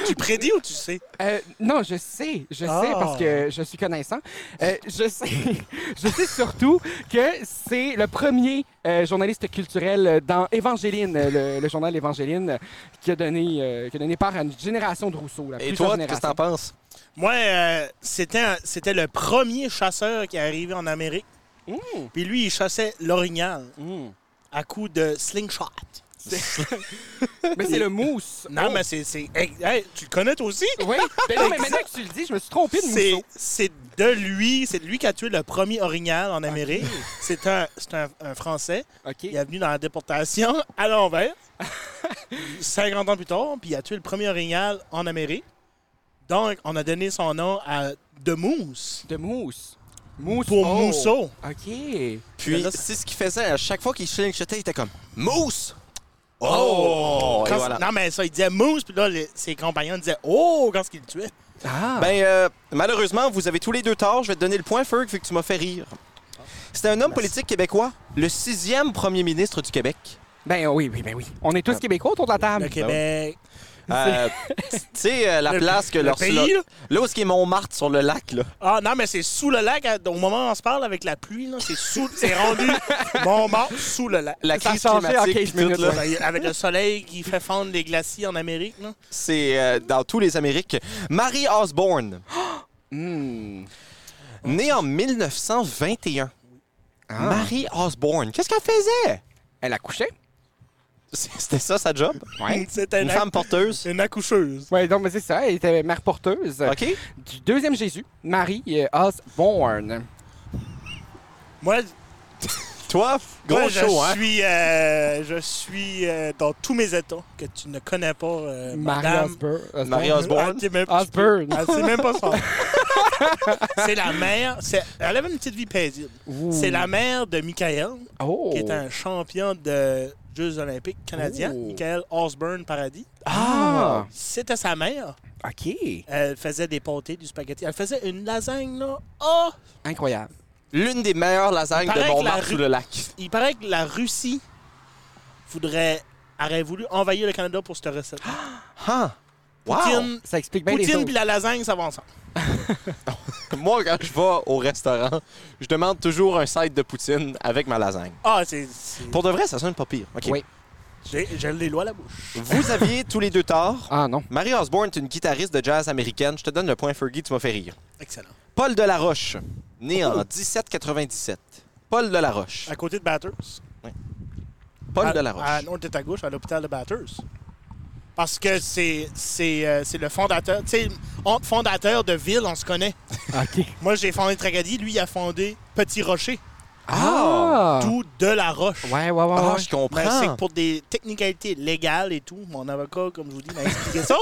Speaker 4: Tu prédis ou tu sais?
Speaker 3: Euh, non, je sais, je
Speaker 4: Ah.
Speaker 3: sais parce que je suis connaissant. Euh, je sais, je sais surtout que c'est le premier euh, journaliste culturel euh, dans Évangéline, euh, le, le journal Évangéline, euh, qui a donné, euh, qui a donné part à une génération de Rousseau. La
Speaker 1: Et
Speaker 3: plusieurs
Speaker 1: toi, qu'est-ce que
Speaker 3: générations.
Speaker 1: t'en penses?
Speaker 4: Moi, euh, c'était un- c'était le premier chasseur qui est arrivé en Amérique. Puis lui, il chassait l'orignal à coup de slingshot.
Speaker 3: Mais c'est le mousse.
Speaker 4: Non,
Speaker 3: Oh.
Speaker 4: mais c'est. c'est- hey, hey, tu le connais toi aussi?
Speaker 3: Oui, mais non, mais maintenant que tu le dis, je me suis trompé de
Speaker 4: C'est
Speaker 3: Mousseau.
Speaker 4: c'est de lui, c'est de lui qui a tué le premier orignal en Amérique. C'est un, c'est un, un Français.
Speaker 3: OK.
Speaker 4: Il est venu dans la déportation à l'envers. 50 ans plus tard, puis il a tué le premier orignal en Amérique. Donc, on a donné son nom à De Mousse
Speaker 3: De mousse. Mousse.
Speaker 4: pour
Speaker 3: oh.
Speaker 4: Mousseau.
Speaker 3: OK.
Speaker 1: Puis,
Speaker 4: là, c'est-
Speaker 1: c'est ce qu'il faisait à chaque fois qu'il slingshotait, il était comme Mousse! Oh! Et
Speaker 4: Quand-
Speaker 1: voilà.
Speaker 4: Non, mais ça, il disait mousse, puis là, les- ses compagnons disaient oh quand ce qu'il le tuait.
Speaker 3: Ah.
Speaker 1: Ben, euh, malheureusement, vous avez tous les deux tort. Je vais te donner le point, Ferg, vu que tu m'as fait rire. C'était un homme politique québécois, le sixième premier ministre du Québec.
Speaker 3: Ben oui, oui, ben oui. On est
Speaker 4: Ah.
Speaker 3: tous Québécois autour de la
Speaker 4: Le
Speaker 1: ben
Speaker 3: table.
Speaker 4: Québec.
Speaker 1: Euh, tu sais, euh, la
Speaker 4: Le-
Speaker 1: place que
Speaker 4: le
Speaker 1: leur...
Speaker 4: pays,
Speaker 1: là,
Speaker 4: là.
Speaker 1: où est-ce qu'il est Montmartre sur le lac, là.
Speaker 4: Ah, non, mais c'est sous le lac, à- au moment où on se parle avec la pluie, là, c'est sous, c'est rendu Montmartre sous le lac.
Speaker 1: La
Speaker 3: Ça a
Speaker 1: crise
Speaker 3: changé en
Speaker 1: climatique,
Speaker 3: 15
Speaker 1: puis tout,
Speaker 3: minutes,
Speaker 1: là.
Speaker 3: ouais.
Speaker 4: Ça y est, ben, Avec le soleil qui fait fondre les glaciers en Amérique, là.
Speaker 1: C'est euh, dans tous les Amériques. Mary Osborne,
Speaker 3: Hmm.
Speaker 1: née en 1921.
Speaker 4: Ah.
Speaker 1: Mary Osborne, qu'est-ce qu'elle faisait?
Speaker 3: Elle a couché.
Speaker 1: C'est- C'était ça sa job?
Speaker 3: Ouais.
Speaker 4: C'était
Speaker 1: Hein? Une femme porteuse?
Speaker 4: une accoucheuse.
Speaker 3: Oui, donc mais c'est ça, elle était mère porteuse
Speaker 4: euh,
Speaker 1: OK?
Speaker 3: du deuxième Jésus, Marie euh, Osborne.
Speaker 4: Moi,
Speaker 1: Toi, gros
Speaker 4: moi,
Speaker 1: show,
Speaker 4: je,
Speaker 1: hein?
Speaker 4: suis, euh, je suis euh, dans tous mes états que tu ne connais pas, euh,
Speaker 3: Marie
Speaker 4: madame.
Speaker 3: Osborne. Osborne.
Speaker 1: Marie Osborne.
Speaker 4: Ah, t'es même-
Speaker 3: Osborne.
Speaker 4: Ah, c'est même pas ça. c'est la mère. c'est- Elle avait une petite vie paisible.
Speaker 3: Ouh.
Speaker 4: C'est la mère de Michael,
Speaker 3: Oh.
Speaker 4: qui est un champion de Jeux Olympiques canadiens.
Speaker 3: Oh.
Speaker 4: Michael Osborne Paradis.
Speaker 3: Ah.
Speaker 4: C'était sa mère.
Speaker 3: OK.
Speaker 4: Elle faisait des pâtés, du spaghetti. Elle faisait une lasagne, là. Oh!
Speaker 3: Incroyable.
Speaker 1: L'une des meilleures lasagnes
Speaker 4: Paraît
Speaker 1: de
Speaker 4: que la
Speaker 1: Montmartre
Speaker 4: rue-
Speaker 1: sur le lac.
Speaker 4: Il paraît que la Russie voudrait, aurait voulu envahir le Canada pour cette recette.
Speaker 1: Huh. Wow!
Speaker 4: Poutine,
Speaker 3: Ça explique bien les
Speaker 4: Poutine
Speaker 3: choses.
Speaker 4: puis la lasagne, ça va ensemble.
Speaker 1: Moi, quand je vais au restaurant, je demande toujours un side de poutine avec ma lasagne.
Speaker 4: Ah, c'est. c'est-
Speaker 1: Pour de vrai, ça sonne pas pire. OK.
Speaker 3: Oui.
Speaker 4: J'ai j'ai les lois à la bouche.
Speaker 1: Vous aviez tous les deux tort.
Speaker 3: Ah non.
Speaker 1: Mary Osborne est une guitariste de jazz américaine. Je te donne le point, Fergie, tu m'as fait rire.
Speaker 4: Excellent.
Speaker 1: Paul Delaroche, né
Speaker 4: Oh.
Speaker 1: en 1797. Paul Delaroche.
Speaker 4: À côté de Batters.
Speaker 1: Paul
Speaker 4: à,
Speaker 1: Delaroche.
Speaker 4: À, Ah, non, t'es à gauche, à l'hôpital de Batters. Parce que c'est c'est, euh, c'est le fondateur. Tu sais, entre fondateurs de ville, on se connaît.
Speaker 3: OK.
Speaker 4: Moi, j'ai fondé Tracadie. Lui, il a fondé Petit Rocher. Ah. Tout de la roche.
Speaker 3: Ah. Ouais, ouais, ouais. ouais.
Speaker 1: Ah, je
Speaker 4: Mais Ben, c'est que
Speaker 1: comprends.
Speaker 4: pour des technicalités légales et tout, mon avocat, comme je vous dis, m'a expliqué ça.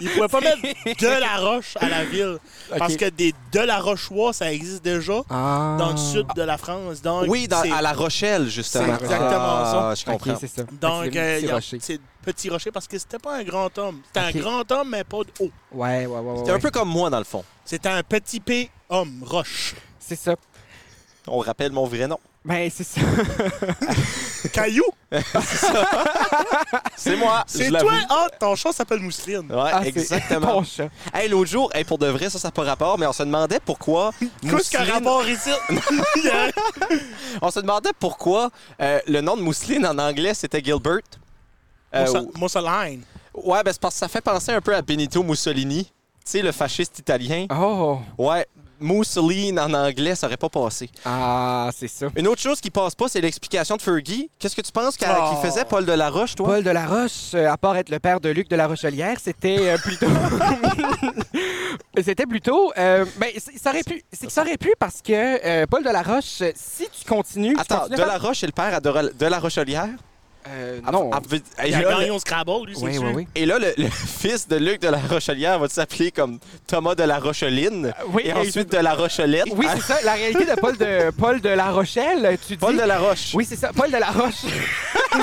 Speaker 4: Il pouvait pas mettre de la roche à la ville. Parce
Speaker 3: Ok.
Speaker 4: que des de la rochois, ça existe déjà
Speaker 3: Ah.
Speaker 4: dans le sud de la France. Donc,
Speaker 1: Oui, dans-
Speaker 4: c'est-
Speaker 1: à La Rochelle, justement.
Speaker 4: c'est exactement ça.
Speaker 1: Ah, Je
Speaker 3: OK,
Speaker 1: comprends.
Speaker 3: c'est ça.
Speaker 4: Donc,
Speaker 3: Fait que
Speaker 4: euh,
Speaker 3: c'est
Speaker 4: il y
Speaker 3: des petits
Speaker 4: a-
Speaker 3: rochers.
Speaker 4: c'est petit rocher parce que c'était pas un grand homme. C'était
Speaker 3: Ok.
Speaker 4: un grand homme, mais pas de haut.
Speaker 3: Ouais, ouais, ouais, ouais.
Speaker 1: T'es un
Speaker 3: ouais.
Speaker 1: peu comme moi, dans le fond.
Speaker 4: C'était un petit P homme roche.
Speaker 3: C'est ça.
Speaker 1: On rappelle mon vrai nom.
Speaker 3: Ben, c'est ça.
Speaker 4: Caillou,
Speaker 1: C'est moi.
Speaker 4: c'est
Speaker 1: je
Speaker 4: toi.
Speaker 1: l'avoue. Euh,
Speaker 4: Ah, ton chat s'appelle Mousseline.
Speaker 1: Ouais,
Speaker 3: Ah, c'est
Speaker 1: exactement.
Speaker 3: Ton chat.
Speaker 1: Hey, l'autre jour, hey, pour de vrai, ça, ça n'a pas rapport, mais on se demandait pourquoi.
Speaker 4: Qu'est-ce qu'il y a
Speaker 1: Mousseline-
Speaker 4: rapport ici? Il y a-
Speaker 1: On se demandait pourquoi euh, le nom de Mousseline en anglais, c'était Gilbert. Euh,
Speaker 4: Moussa- Mousseline.
Speaker 1: ou- ouais, ben, c'est parce que ça fait penser un peu à Benito Mussolini, tu sais, le fasciste italien.
Speaker 3: Oh.
Speaker 1: Ouais, Mousseline en anglais, ça aurait pas passé.
Speaker 3: Ah, c'est ça.
Speaker 1: Une autre chose qui passe pas, c'est l'explication de Fergie. Qu'est-ce que tu penses qu'a-
Speaker 4: Oh.
Speaker 1: qu'il faisait Paul Delaroche, toi?
Speaker 3: Paul Delaroche, euh, à part être le père de Luc de la Rochelière, c'était euh, plutôt. c'était plutôt. euh, ben, c'est- ça aurait pu. C'est que ça aurait pu parce que euh, Paul Delaroche, euh, si tu continues. tu
Speaker 1: Attends,
Speaker 3: continues à faire-
Speaker 1: Delaroche est le père à de, de La Rochelière?
Speaker 3: Euh, non.
Speaker 1: Ah, v- Et
Speaker 4: Il a
Speaker 1: là,
Speaker 4: gagné
Speaker 1: le,
Speaker 4: au Scrabble, lui, c'est
Speaker 3: Oui,
Speaker 4: sûr.
Speaker 3: oui, oui.
Speaker 1: et là, le- le fils de Luc de La Rochelière va s'appeler comme Thomas de La Rocheline
Speaker 3: oui,
Speaker 1: et
Speaker 3: et-
Speaker 1: ensuite de La Rochelette.
Speaker 3: Oui, c'est ça. La réalité de Paul de, Paul de La Rochelle, tu dis.
Speaker 1: Ah. Paul de La Roche.
Speaker 3: Oui, c'est ça. Paul de La Roche.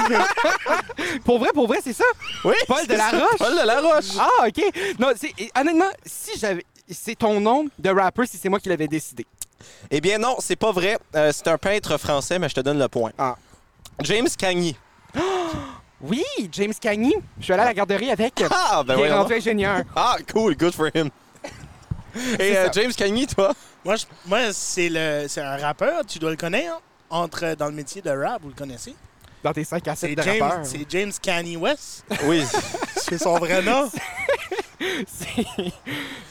Speaker 3: pour vrai, pour vrai, c'est ça.
Speaker 1: Oui,
Speaker 3: Paul de
Speaker 1: c'est
Speaker 3: La
Speaker 1: ça,
Speaker 3: Roche.
Speaker 1: Paul de La Roche.
Speaker 3: Ah, OK. Non, c'est- et honnêtement, si j'avais. C'est ton nom de rapper si c'est moi qui l'avais décidé.
Speaker 1: Eh bien non, c'est pas vrai. Euh, c'est un peintre français, mais je te donne le point.
Speaker 3: Ah.
Speaker 1: James Cagney.
Speaker 3: Oui, James Cagney. Je suis allé à la garderie avec.
Speaker 1: Ah, ben
Speaker 3: qui est
Speaker 1: voyons
Speaker 3: rendu
Speaker 1: donc.
Speaker 3: ingénieur.
Speaker 1: Ah, cool, good for him. Et euh, James Cagney, toi?
Speaker 4: Moi, je- moi, c'est le, c'est un rappeur, tu dois le connaître. Entre dans le métier de rap, vous le connaissez.
Speaker 3: Dans tes 5 à 7
Speaker 4: C'est
Speaker 3: de
Speaker 4: James,
Speaker 3: rappeurs.
Speaker 4: c'est James Kanye West.
Speaker 1: Oui.
Speaker 4: c'est son vrai nom.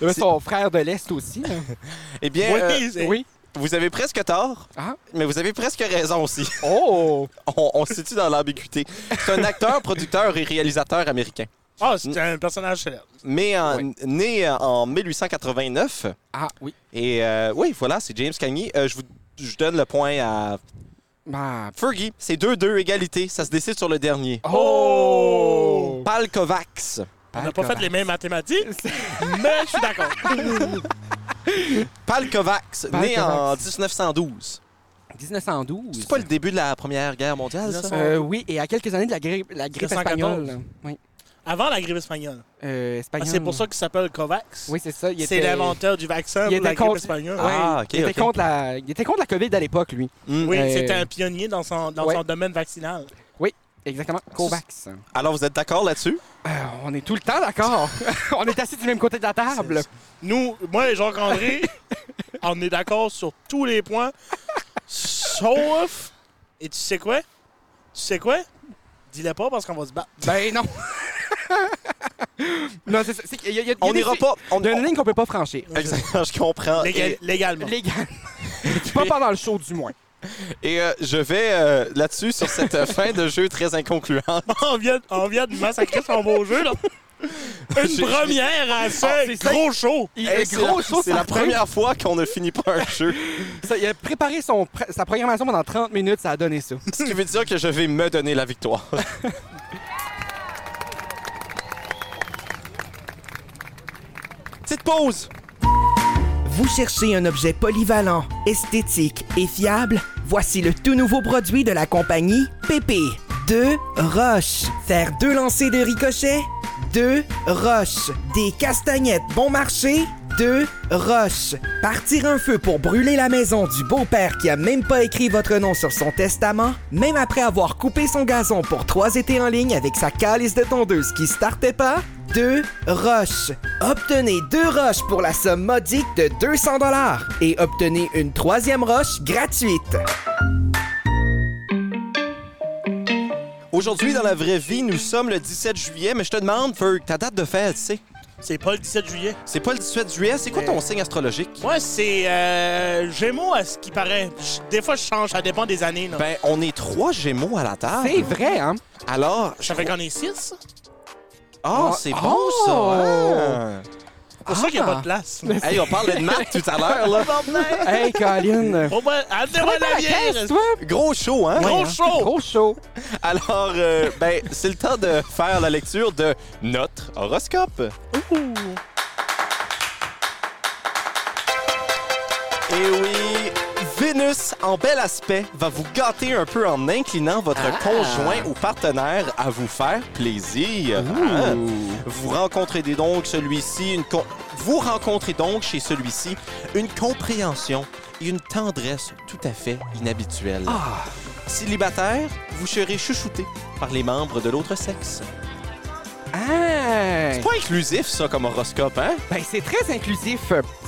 Speaker 3: Euh, Son frère de l'Est aussi. là.
Speaker 1: Eh bien,
Speaker 4: Oui,
Speaker 1: euh,
Speaker 4: c'est-
Speaker 3: oui.
Speaker 1: vous avez presque tort,
Speaker 3: Ah.
Speaker 1: mais vous avez presque raison aussi.
Speaker 3: Oh!
Speaker 1: On, on se situe dans l'ambiguïté. C'est un acteur, producteur et réalisateur américain.
Speaker 4: Ah, c'est un personnage célèbre.
Speaker 1: Mais en-
Speaker 3: Oui.
Speaker 1: né en 1889.
Speaker 3: Ah, oui.
Speaker 1: Et euh, oui, voilà, c'est James Cagney. Euh, je vous je donne le point à
Speaker 3: Ah.
Speaker 1: Fergie. C'est 2-2 égalité. Ça se décide sur le dernier.
Speaker 3: Oh!
Speaker 1: Paul Kovacs.
Speaker 4: On n'a pas fait les mêmes mathématiques, mais je suis d'accord.
Speaker 1: Paul Kovacs,
Speaker 3: Paul
Speaker 1: né en
Speaker 3: Kovacs.
Speaker 1: 1912.
Speaker 3: 1912.
Speaker 1: C'est pas le début de la Première Guerre mondiale, ça?
Speaker 3: Euh, oui, et à quelques années de la grippe, la grippe
Speaker 4: 1914.
Speaker 3: espagnole. Oui.
Speaker 4: Avant la grippe espagnole.
Speaker 3: Euh,
Speaker 4: Ah,
Speaker 3: espagnole.
Speaker 4: c'est pour ça qu'il s'appelle Covax.
Speaker 3: Oui, c'est ça. Il
Speaker 4: c'est
Speaker 3: était-
Speaker 4: l'inventeur du vaccin
Speaker 3: il
Speaker 4: pour la
Speaker 3: était
Speaker 4: grippe
Speaker 3: contre-
Speaker 4: espagnole.
Speaker 3: Ouais,
Speaker 1: Ah, ok,
Speaker 3: il, était
Speaker 1: ok.
Speaker 3: contre la... il était contre la COVID à l'époque, lui.
Speaker 1: Hmm.
Speaker 4: Oui,
Speaker 3: Euh,
Speaker 4: c'était un pionnier dans son, dans
Speaker 3: ouais.
Speaker 4: son domaine vaccinal.
Speaker 3: Exactement. Covax.
Speaker 1: Alors, vous êtes d'accord là-dessus?
Speaker 3: Euh, on est tout le temps d'accord. on est assis du même côté de la table.
Speaker 4: Nous, moi et Jean-André, on est d'accord sur tous les points, sauf... Et tu sais quoi? Tu sais quoi? Dis-le pas parce qu'on va se battre.
Speaker 3: Ben non. non, c'est ça. C'est qu'il y a- il y a- il y a
Speaker 1: On
Speaker 3: des-
Speaker 1: n'ira pas... On,
Speaker 3: Il y a une ligne qu'on peut pas franchir.
Speaker 1: Exactement, je
Speaker 3: Ah,
Speaker 1: comprends.
Speaker 4: Légal-
Speaker 1: Et,
Speaker 4: légalement.
Speaker 3: Légal. pas pendant le show, du moins.
Speaker 1: et, euh, je vais euh, là-dessus sur cette euh, fin de jeu très inconcluante.
Speaker 4: on, vient, on vient de massacrer son beau jeu, là. Une
Speaker 1: J'ai-
Speaker 4: première à ce
Speaker 3: Ah, c'est ça.
Speaker 4: gros show.
Speaker 3: Il
Speaker 1: Hey,
Speaker 3: est
Speaker 1: c'est
Speaker 3: gros
Speaker 1: la-
Speaker 3: show,
Speaker 1: C'est
Speaker 3: ça
Speaker 1: la
Speaker 3: prend-
Speaker 1: première fois qu'on ne finit pas un jeu.
Speaker 3: ça, il a préparé son, pr- sa programmation pendant 30 minutes, ça a donné ça.
Speaker 1: Ce qui veut dire que je vais me donner la victoire. Petite pause!
Speaker 9: Vous cherchez un objet polyvalent, esthétique et fiable? Voici le tout nouveau produit de la compagnie PP. Deux roches. Faire deux lancers de ricochet? Deux roches. Des castagnettes bon marché? Deux roches. Partir un feu pour brûler la maison du beau-père qui a même pas écrit votre nom sur son testament, même après avoir coupé son gazon pour trois étés en ligne avec sa calice de tondeuse qui startait pas? Deux roches. Obtenez deux roches pour la somme modique de 200 dollars et obtenez une troisième roche gratuite.
Speaker 1: Aujourd'hui, dans la vraie vie, nous sommes le 17 juillet, mais je te demande, Ferg, ta date de fête, c'est?
Speaker 4: C'est pas le 17 juillet.
Speaker 1: C'est pas le 18 juillet, c'est quoi
Speaker 3: Euh,
Speaker 1: ton signe astrologique?
Speaker 4: Moi, c'est euh, Gémeaux à ce qui paraît. Je- Des fois, je change, ça dépend des années. Là.
Speaker 1: Ben, on est trois Gémeaux à la table.
Speaker 3: C'est vrai, hein?
Speaker 1: Alors,
Speaker 4: ça fait qu'on est 6.
Speaker 1: Ah,
Speaker 3: Ah,
Speaker 1: c'est
Speaker 3: oh!
Speaker 1: bon, ça! hein?
Speaker 4: C'est pour ça qu'il n'y a
Speaker 3: Ah.
Speaker 4: pas de place.
Speaker 1: Hey, on parlait de maths tout à l'heure, là.
Speaker 3: Hey, Colin!
Speaker 4: Bon, ben, amenez-moi de la
Speaker 3: la caisse,
Speaker 4: bière!
Speaker 3: toi!
Speaker 1: Gros show, hein?
Speaker 4: Gros chaud!
Speaker 3: Trop chaud!
Speaker 1: Alors, euh, ben, c'est le temps de faire la lecture de notre horoscope. Et Eh oui, Vénus en bel aspect va vous gâter un peu en inclinant votre conjoint ou partenaire à vous faire plaisir. Hein? Vous rencontrez des- donc celui-ci une con- vous rencontrez donc chez celui-ci une compréhension et une tendresse tout à fait inhabituelle. Célibataire, vous serez chouchouté par les membres de l'autre sexe.
Speaker 3: Ah!
Speaker 1: C'est pas inclusif, ça, comme horoscope, hein?
Speaker 3: Ben, c'est très inclusif.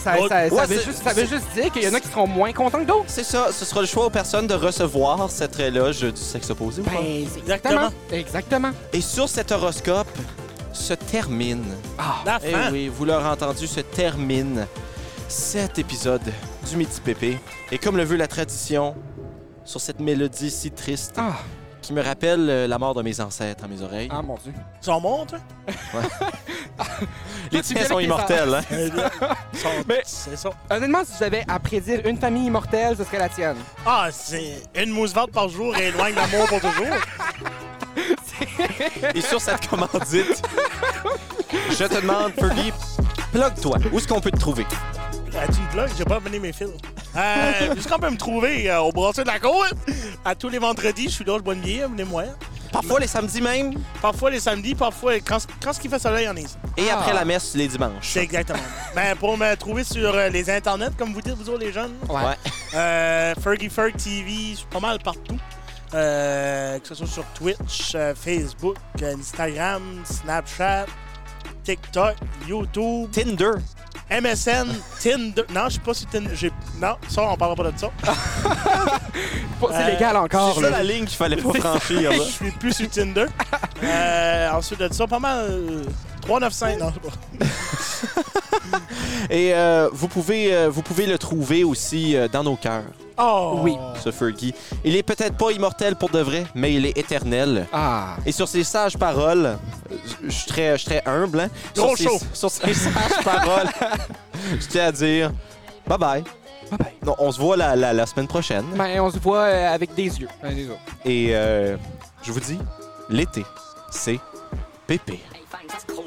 Speaker 3: Ça,
Speaker 4: Ouais,
Speaker 3: ça, ça
Speaker 1: ouais,
Speaker 3: veut
Speaker 1: c'est-
Speaker 3: juste, ça veut
Speaker 1: c'est-
Speaker 3: juste dire qu'il y en a qui seront moins contents que d'autres.
Speaker 1: C'est ça, ce sera le choix aux personnes de recevoir cette éloge du sexe opposé ou pas.
Speaker 3: Ben,
Speaker 4: Exactement.
Speaker 3: Exactement.
Speaker 1: Et sur cet horoscope se termine,
Speaker 3: Ah.
Speaker 4: La
Speaker 1: eh
Speaker 4: fin!
Speaker 1: oui, vous l'aurez entendu, se termine cet épisode du Midi Pépé. Et comme le veut la tradition, sur cette mélodie si triste
Speaker 3: Ah.
Speaker 1: qui me rappelle euh, la mort de mes ancêtres à mes oreilles.
Speaker 3: Ah, mon Dieu.
Speaker 4: Ils sont bons, toi?
Speaker 1: Les
Speaker 3: viens
Speaker 1: tiens sont
Speaker 3: avec les
Speaker 1: immortels, hein?
Speaker 4: Euh, ils sont-
Speaker 3: Mais-
Speaker 4: C'est ça.
Speaker 3: Honnêtement, si j'avais à prédire une famille immortelle, ce serait la tienne.
Speaker 4: Ah, c'est une mousse verte par jour et éloigne l'amour pour toujours.
Speaker 1: Et sur cette commandite, je te demande, Fergie, plug-toi. Où est-ce qu'on peut te trouver?
Speaker 4: Ah, tu me bloques, j'ai pas amené mes fils. Euh, puisqu'on peut me trouver euh, au brasserie de la côte, à tous les vendredis, je suis là, je bois une bière, venez-moi.
Speaker 1: Parfois les samedis même,
Speaker 4: Parfois les samedis, parfois quand, quand ce qu'il fait soleil, on est ici.
Speaker 1: et après la messe les dimanches.
Speaker 4: C'est exactement. ben, pour me trouver sur euh, les internets, comme vous dites, vous autres les jeunes,
Speaker 1: Ouais.
Speaker 4: euh, Fergie Ferg TV, je suis pas mal partout. Euh, que ce soit sur Twitch, euh, Facebook, euh, Instagram, Snapchat, TikTok, YouTube,
Speaker 1: Tinder.
Speaker 4: MSN, Tinder. Non, je suis pas sur Tinder. j'ai- Non, ça, on parlera pas de ça.
Speaker 3: Pas- C'est
Speaker 4: Euh,
Speaker 3: légal encore,
Speaker 1: C'est ça
Speaker 3: là.
Speaker 1: la ligne qu'il fallait pas franchir.
Speaker 4: Je
Speaker 1: là.
Speaker 4: suis plus sur Tinder. Euh, ensuite de ça, pas mal. euh, 395, non, je sais pas.
Speaker 1: Et euh, vous, pouvez, euh, vous pouvez le trouver aussi euh, dans nos cœurs,
Speaker 4: Oh!
Speaker 3: Oui.
Speaker 1: ce Fergie. Il est peut-être pas immortel pour de vrai, mais il est éternel.
Speaker 3: Ah.
Speaker 1: Et sur ces sages paroles, euh, je je suis très, je suis très humble, hein?
Speaker 4: Gros
Speaker 1: sur, ces,
Speaker 4: show.
Speaker 1: sur ces sages paroles, je tiens à dire bye bye.
Speaker 3: Bye-bye.
Speaker 1: Non, on se voit la, la- la semaine prochaine.
Speaker 3: Ben, on se voit euh, avec des yeux. Ben, des autres.
Speaker 1: Et euh, je vous dis, l'été, c'est pépé.
Speaker 6: Hey, thanks, gros.